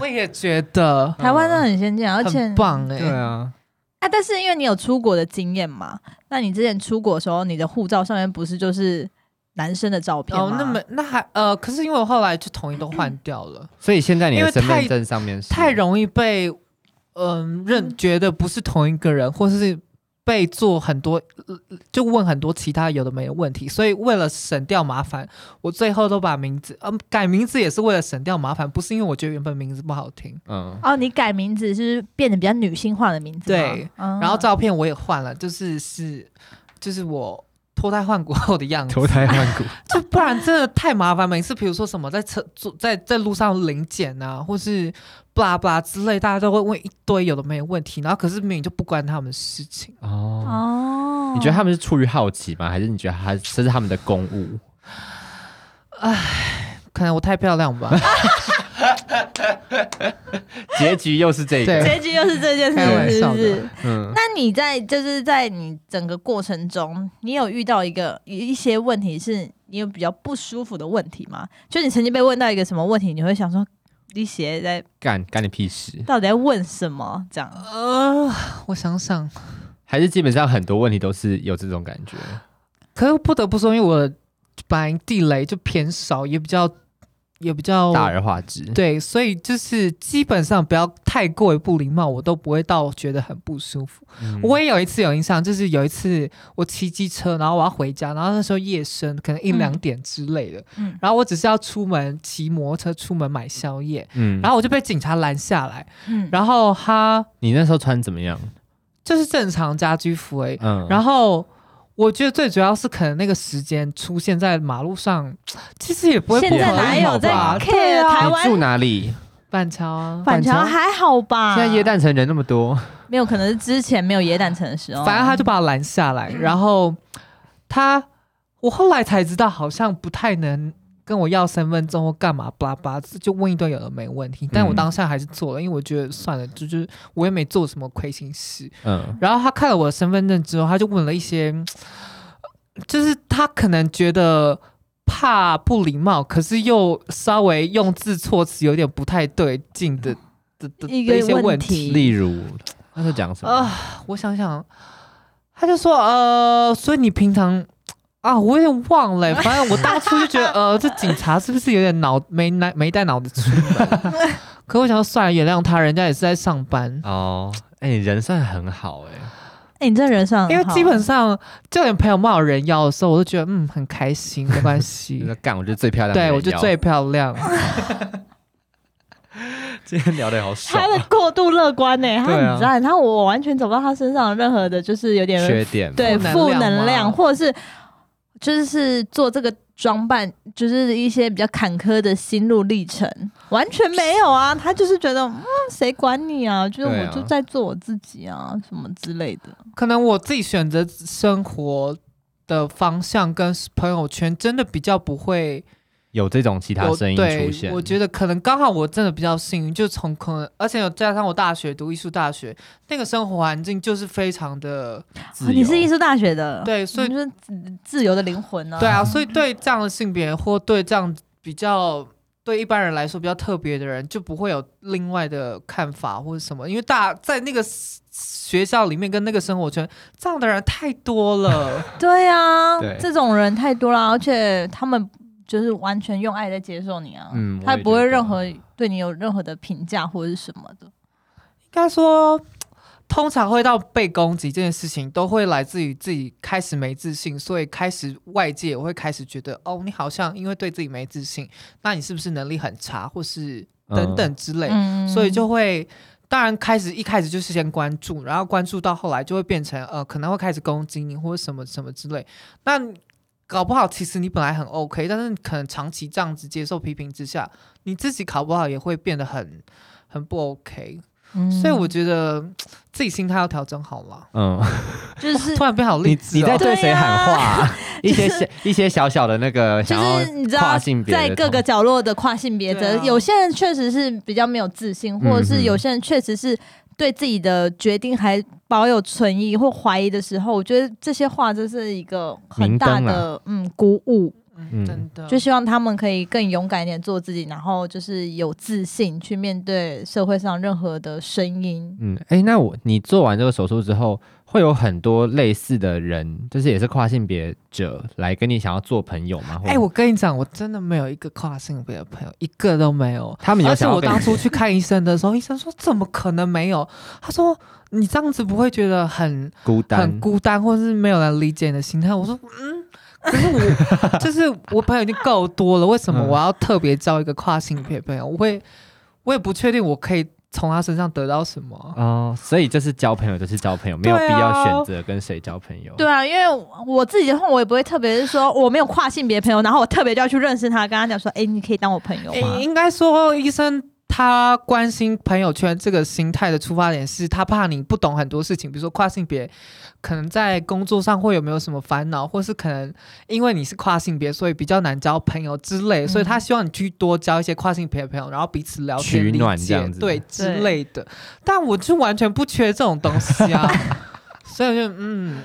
[SPEAKER 3] 我也觉得
[SPEAKER 1] 台湾真的很先进，而且
[SPEAKER 3] 很棒哎、
[SPEAKER 2] 啊，
[SPEAKER 1] 啊，但是因为你有出国的经验嘛，那你之前出国的时候，你的护照上面不是就是男生的照片吗？
[SPEAKER 3] 哦，那么那还呃，可是因为我后来就统一都换掉了，
[SPEAKER 2] 所以现在你
[SPEAKER 3] 因
[SPEAKER 2] 的
[SPEAKER 3] 为
[SPEAKER 2] 身份
[SPEAKER 3] 太
[SPEAKER 2] 证上面是
[SPEAKER 3] 太容易被嗯、认觉得不是同一个人，或是被做很多呃就问很多其他有的没的问题，所以为了省掉麻烦，我最后都把名字嗯、改名字也是为了省掉麻烦，不是因为我觉得原本名字不好 听。
[SPEAKER 2] 嗯，
[SPEAKER 1] 哦，你改名字是变得比较女性化的名字吗，
[SPEAKER 3] 对
[SPEAKER 1] 嗯
[SPEAKER 3] 然后照片我也换了，就是是就是我脱胎换骨后的 样子，
[SPEAKER 2] 投胎换骨，
[SPEAKER 3] 就不然真的太麻烦。每次比如说什么在车坐在在路上零检啊，或是布拉布拉之类，大家都会问一堆有的没有问题，然后可是明明就不关他们的事情。
[SPEAKER 2] 哦。
[SPEAKER 1] 哦，
[SPEAKER 2] 你觉得他们是出于好奇吗？还是你觉得他这是他们的公 务？
[SPEAKER 3] 可能我太漂亮吧，
[SPEAKER 2] 结局又是这个，
[SPEAKER 3] 对
[SPEAKER 1] 结局又 是这件
[SPEAKER 3] 开
[SPEAKER 1] 事，
[SPEAKER 3] 玩
[SPEAKER 1] 是
[SPEAKER 3] 笑
[SPEAKER 1] 不
[SPEAKER 3] 的
[SPEAKER 1] 是？
[SPEAKER 2] 嗯，
[SPEAKER 1] 那你在就是在你整个过程中，你有遇到一个一些问题是你有比较不舒服的问题吗？就你曾经被问到一个什么问题，你会想说你写在
[SPEAKER 2] 干干你屁事！
[SPEAKER 1] 到底在问什么？这样
[SPEAKER 3] 呃，我想想，
[SPEAKER 2] 还是基本上很多问题都是有这种感觉，
[SPEAKER 3] 可是不得不说，因为我本来地雷就偏少，也比较也比较
[SPEAKER 2] 大而化之。
[SPEAKER 3] 哦对，所以就是基本上不要太过于不礼貌，我都不会到觉得很不舒服。
[SPEAKER 2] 嗯，
[SPEAKER 3] 我也有一次有印象，就是有一次我骑机车，然后我要回家，然后那时候夜深，可能一
[SPEAKER 1] 嗯
[SPEAKER 3] 两点之类的，
[SPEAKER 1] 嗯
[SPEAKER 3] 然后我只是要出门骑摩托车出门买宵夜，
[SPEAKER 2] 嗯，
[SPEAKER 3] 然后我就被警察拦下来，
[SPEAKER 1] 嗯，
[SPEAKER 3] 然后他
[SPEAKER 2] 你那时候穿怎么样？
[SPEAKER 3] 就是正常家居服而已，
[SPEAKER 2] 嗯，
[SPEAKER 3] 然后。我觉得最主要是可能那个时间出现在马路上，其实也不会
[SPEAKER 1] 现
[SPEAKER 3] 不
[SPEAKER 1] 在
[SPEAKER 3] 合
[SPEAKER 1] 哪
[SPEAKER 3] 理
[SPEAKER 1] 有
[SPEAKER 3] 好
[SPEAKER 1] 在
[SPEAKER 3] 吧啊
[SPEAKER 1] care 台湾
[SPEAKER 2] 你住哪里？
[SPEAKER 3] 板桥啊，
[SPEAKER 1] 板桥
[SPEAKER 2] 板桥
[SPEAKER 1] 还好吧？
[SPEAKER 2] 现在椰蛋城人那么多，
[SPEAKER 1] 没有，可能是之前没有野胆城的时候。
[SPEAKER 3] 反正他就把我拦下来，然后他，我后来才知道，好像不太能跟我要身份证或干嘛，巴拉巴拉，就问一堆有的没问题。但我当下还是做了，因为我觉得算了，就就是我也没做什么亏心事。
[SPEAKER 2] 嗯，
[SPEAKER 3] 然后他看了我的身份证之后，他就问了一些，就是他可能觉得。怕不礼貌，可是又稍微用字措辞有点不太对劲的的的的
[SPEAKER 1] 一个
[SPEAKER 3] 一些
[SPEAKER 1] 问
[SPEAKER 3] 问
[SPEAKER 1] 题
[SPEAKER 3] 题，
[SPEAKER 2] 例如那时候讲什么？
[SPEAKER 3] 啊，我想想，他就说呃，所以你平常啊，我有点忘了欸、反正我当初就觉得呃，这警察是不是有点脑没脑没带脑子出门？ 可我想说算了，原谅他，人家也是在上班。
[SPEAKER 2] 哦，哎，你人算很好哎，
[SPEAKER 1] 哎、你这人上很
[SPEAKER 3] 因为
[SPEAKER 1] 好
[SPEAKER 3] 基本上，就连朋友骂我人妖的时候，我都觉得嗯很开心，没关系
[SPEAKER 2] 你说，干，我 就是最漂亮的人
[SPEAKER 3] 对
[SPEAKER 2] 妖，
[SPEAKER 3] 我就最漂亮。
[SPEAKER 2] 今天聊得好爽
[SPEAKER 1] 他
[SPEAKER 2] 啊，
[SPEAKER 1] 的过度乐观呢、哎他
[SPEAKER 2] 对啊
[SPEAKER 1] 很赞，他我完全找不到他身上任何的，就是有点
[SPEAKER 2] 缺点
[SPEAKER 1] 对
[SPEAKER 3] 负能量
[SPEAKER 1] 负能量，
[SPEAKER 3] 吗
[SPEAKER 1] 或者是就是做这个装扮，就是一些比较坎坷的心路历程，完全没有啊。他就是觉得，嗯，谁管你啊？就是
[SPEAKER 2] 对
[SPEAKER 1] 我
[SPEAKER 2] 啊
[SPEAKER 1] 就在做我自己啊，什么之类的。
[SPEAKER 3] 可能我自己选择生活的方向跟朋友圈真的比较不会
[SPEAKER 2] 有这种其他
[SPEAKER 3] 有
[SPEAKER 2] 声音出
[SPEAKER 3] 对，
[SPEAKER 2] 现，
[SPEAKER 3] 我觉得可能刚好我真的比较幸运，就从可能，而且有加上我大学读艺术大学，那个生活环境就是非常的
[SPEAKER 1] 哦
[SPEAKER 2] 自
[SPEAKER 1] 你嗯是
[SPEAKER 2] 由
[SPEAKER 1] 艺术大学的，
[SPEAKER 3] 对，所以
[SPEAKER 1] 你就是自自由的灵魂啊。
[SPEAKER 3] 对啊，所以对这样的性别或对这样比较对一般人来说比较特别的人，就不会有另外的看法或者什么，因为大在那个 s- 学校里面跟那个生活圈，这样的人太多了。
[SPEAKER 1] 对啊，
[SPEAKER 2] 对
[SPEAKER 1] 这种人太多了，而且他们就是完全用爱在接受你啊，
[SPEAKER 2] 嗯
[SPEAKER 1] 他
[SPEAKER 2] 我也
[SPEAKER 1] 不会
[SPEAKER 2] 觉得
[SPEAKER 1] 任何对你有任何的评价或者是什么的。
[SPEAKER 3] 应该说，通常会到被攻击这件事情，都会来自于自己开始没自信，所以开始外界也会开始觉得，哦，你好像因为对自己没自信，那你是不是能力很差，或是等等之类，
[SPEAKER 1] 嗯，
[SPEAKER 3] 所以就会。当然，开始一开始就是先关注，然后关注到后来就会变成呃，可能会开始攻击你或者什么什么之类。那搞不好其实你本来很 OK，但是可能长期这样子接受批评之下，你自己搞不好也会变得很很不 OK。
[SPEAKER 1] 嗯，
[SPEAKER 3] 所以我觉得自己心态要调整好了。
[SPEAKER 2] 嗯，
[SPEAKER 1] 就是
[SPEAKER 3] 突然变好励
[SPEAKER 2] 你
[SPEAKER 3] 志
[SPEAKER 2] 你
[SPEAKER 3] 哦、
[SPEAKER 2] 在
[SPEAKER 1] 对
[SPEAKER 2] 对谁喊话啊、 一些小一些小小的那个
[SPEAKER 1] 就
[SPEAKER 2] 想要
[SPEAKER 1] 是你知道
[SPEAKER 2] 跨，性别的
[SPEAKER 1] 在各个
[SPEAKER 2] 同
[SPEAKER 1] 角落的跨性别者，
[SPEAKER 3] 对啊
[SPEAKER 1] 有些人确实是比较没有自
[SPEAKER 2] 嗯
[SPEAKER 1] 信，或者是有些人确实是对自己的决定还保有存疑或怀疑的时候，我觉得这些话真是一个很大
[SPEAKER 2] 明灯啊
[SPEAKER 1] 的嗯鼓舞，
[SPEAKER 3] 嗯，真的
[SPEAKER 1] 就希望他们可以更勇敢一点做自己，然后就是有自信去面对社会上任何的声音。
[SPEAKER 2] 嗯，哎、那我你做完这个手术之后，会有很多类似的人，就是也是跨性别者来跟你想要做朋友吗？或
[SPEAKER 3] 哎、我跟你讲，我真的没有一个跨性别的朋友，一个都没有。
[SPEAKER 2] 他们有
[SPEAKER 3] 而且
[SPEAKER 2] 想要
[SPEAKER 3] 我
[SPEAKER 2] 跟
[SPEAKER 3] 当
[SPEAKER 2] 你
[SPEAKER 3] 初去看医生的时候，医生说怎么可能没有？他说你这样子不会觉得很
[SPEAKER 2] 孤
[SPEAKER 3] 很
[SPEAKER 2] 单，
[SPEAKER 3] 孤单，或者是没有人理解你的心态？我说嗯，可是我就是我朋友已经够多了，为什么
[SPEAKER 2] 嗯
[SPEAKER 3] 我要特别交一个跨性别朋友？我会我也不确定我可以从他身上得到什么。
[SPEAKER 2] 哦，所以就是交朋友就是交朋友，没有必
[SPEAKER 3] 对啊
[SPEAKER 2] 要选择跟谁交朋友。
[SPEAKER 1] 对啊，因为我自己的话，我也不会特别是说我没有跨性别朋友，然后我特别就要去认识他，跟他讲说，哎、你可以当我朋友
[SPEAKER 3] 诶
[SPEAKER 1] 吗？
[SPEAKER 3] 应该说，医生他关心朋友圈这个心态的出发点是他怕你不懂很多事情，比如说跨性别，可能在工作上会有没有什么烦恼，或是可能因为你是跨性别，所以比较难交朋友之类，
[SPEAKER 1] 嗯
[SPEAKER 3] 所以他希望你去多交一些跨性别的朋友，然后彼此聊天
[SPEAKER 2] 取暖
[SPEAKER 3] 理
[SPEAKER 2] 这
[SPEAKER 3] 解
[SPEAKER 2] 样子
[SPEAKER 3] 对之类的。但我就完全不缺这种东西啊。所以我就嗯，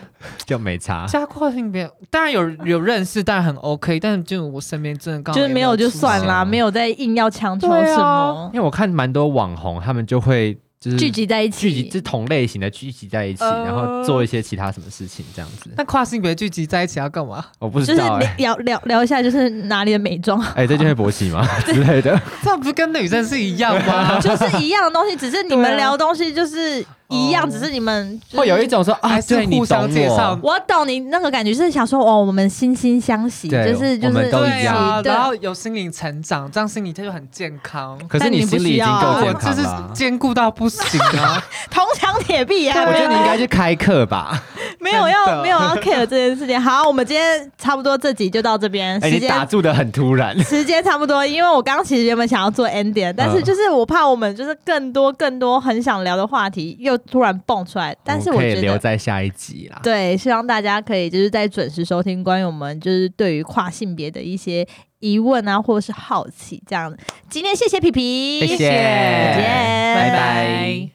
[SPEAKER 2] 就没差。
[SPEAKER 3] 加跨性别当然有有认识，当然很 OK，但就我身边真的刚好
[SPEAKER 1] 就是
[SPEAKER 3] 也
[SPEAKER 1] 没有就
[SPEAKER 3] 出
[SPEAKER 1] 算
[SPEAKER 3] 现
[SPEAKER 1] 啦，没有再硬要强求什么，
[SPEAKER 2] 因为我看蛮多网红，他们就会就是
[SPEAKER 1] 聚集在一
[SPEAKER 2] 聚集
[SPEAKER 1] 起。
[SPEAKER 2] 这同类型的聚集在一起，
[SPEAKER 3] 呃
[SPEAKER 2] 然后做一些其他什么事情这样子。
[SPEAKER 3] 那跨性别聚集在一起要干嘛？
[SPEAKER 2] 我不
[SPEAKER 1] 就
[SPEAKER 2] 知
[SPEAKER 1] 是
[SPEAKER 2] 道哎、欸，
[SPEAKER 1] 聊聊聊一下，就是哪里的美妆，？
[SPEAKER 2] 哎、这就会勃起吗之类的？
[SPEAKER 3] 这不是跟女生是一样 吗
[SPEAKER 1] 就是一样的东西，只是你
[SPEAKER 3] 对
[SPEAKER 1] 们
[SPEAKER 3] 啊
[SPEAKER 1] 聊的东西就是一样，
[SPEAKER 3] 哦
[SPEAKER 1] 只是你们就是
[SPEAKER 2] 会有一种说啊，
[SPEAKER 3] 还是
[SPEAKER 2] 对你
[SPEAKER 3] 互相
[SPEAKER 2] 懂
[SPEAKER 3] 介
[SPEAKER 2] 我
[SPEAKER 3] 绍
[SPEAKER 1] 我懂你那个感觉，是想说哦，我们惺惺相惜，
[SPEAKER 2] 对
[SPEAKER 1] 就是就
[SPEAKER 2] 我
[SPEAKER 1] 是
[SPEAKER 2] 们都一
[SPEAKER 3] 对啊
[SPEAKER 2] 样，
[SPEAKER 1] 对
[SPEAKER 3] 然后有心灵成长，这样心理他就很健康。
[SPEAKER 2] 可是
[SPEAKER 1] 但
[SPEAKER 2] 你
[SPEAKER 1] 你不
[SPEAKER 2] 心里已
[SPEAKER 1] 需
[SPEAKER 2] 经
[SPEAKER 1] 要啊
[SPEAKER 2] 够健
[SPEAKER 3] 我就
[SPEAKER 2] 康
[SPEAKER 3] 是
[SPEAKER 2] 了啊。
[SPEAKER 3] 兼顾到不行啊！
[SPEAKER 1] 铜墙铁壁啊！
[SPEAKER 2] 我觉得你应该
[SPEAKER 1] 就
[SPEAKER 2] 去开课吧。
[SPEAKER 1] 没有要
[SPEAKER 3] 真的
[SPEAKER 1] 没有要 care 这件事情。好，我们今天差不多这集就到这边，
[SPEAKER 2] 哎、
[SPEAKER 1] 时
[SPEAKER 2] 你打
[SPEAKER 1] 间。
[SPEAKER 2] 住的很突然。
[SPEAKER 1] 时间差不多，因为我刚刚其实原本想要做 ending，但
[SPEAKER 2] 嗯
[SPEAKER 1] 是就是我怕我们就是更多更多很想聊的话题又突然蹦出来，但是
[SPEAKER 2] 我
[SPEAKER 1] 我
[SPEAKER 2] 们可
[SPEAKER 1] 觉
[SPEAKER 2] 以留
[SPEAKER 1] 得
[SPEAKER 2] 在下一集啦。
[SPEAKER 1] 对，希望大家可以就是在准时收听关于我们就是对于跨性别的一些疑问啊，或者是好奇这样。今天谢谢皮皮，
[SPEAKER 2] 谢谢
[SPEAKER 1] 再见
[SPEAKER 2] 拜拜
[SPEAKER 3] 拜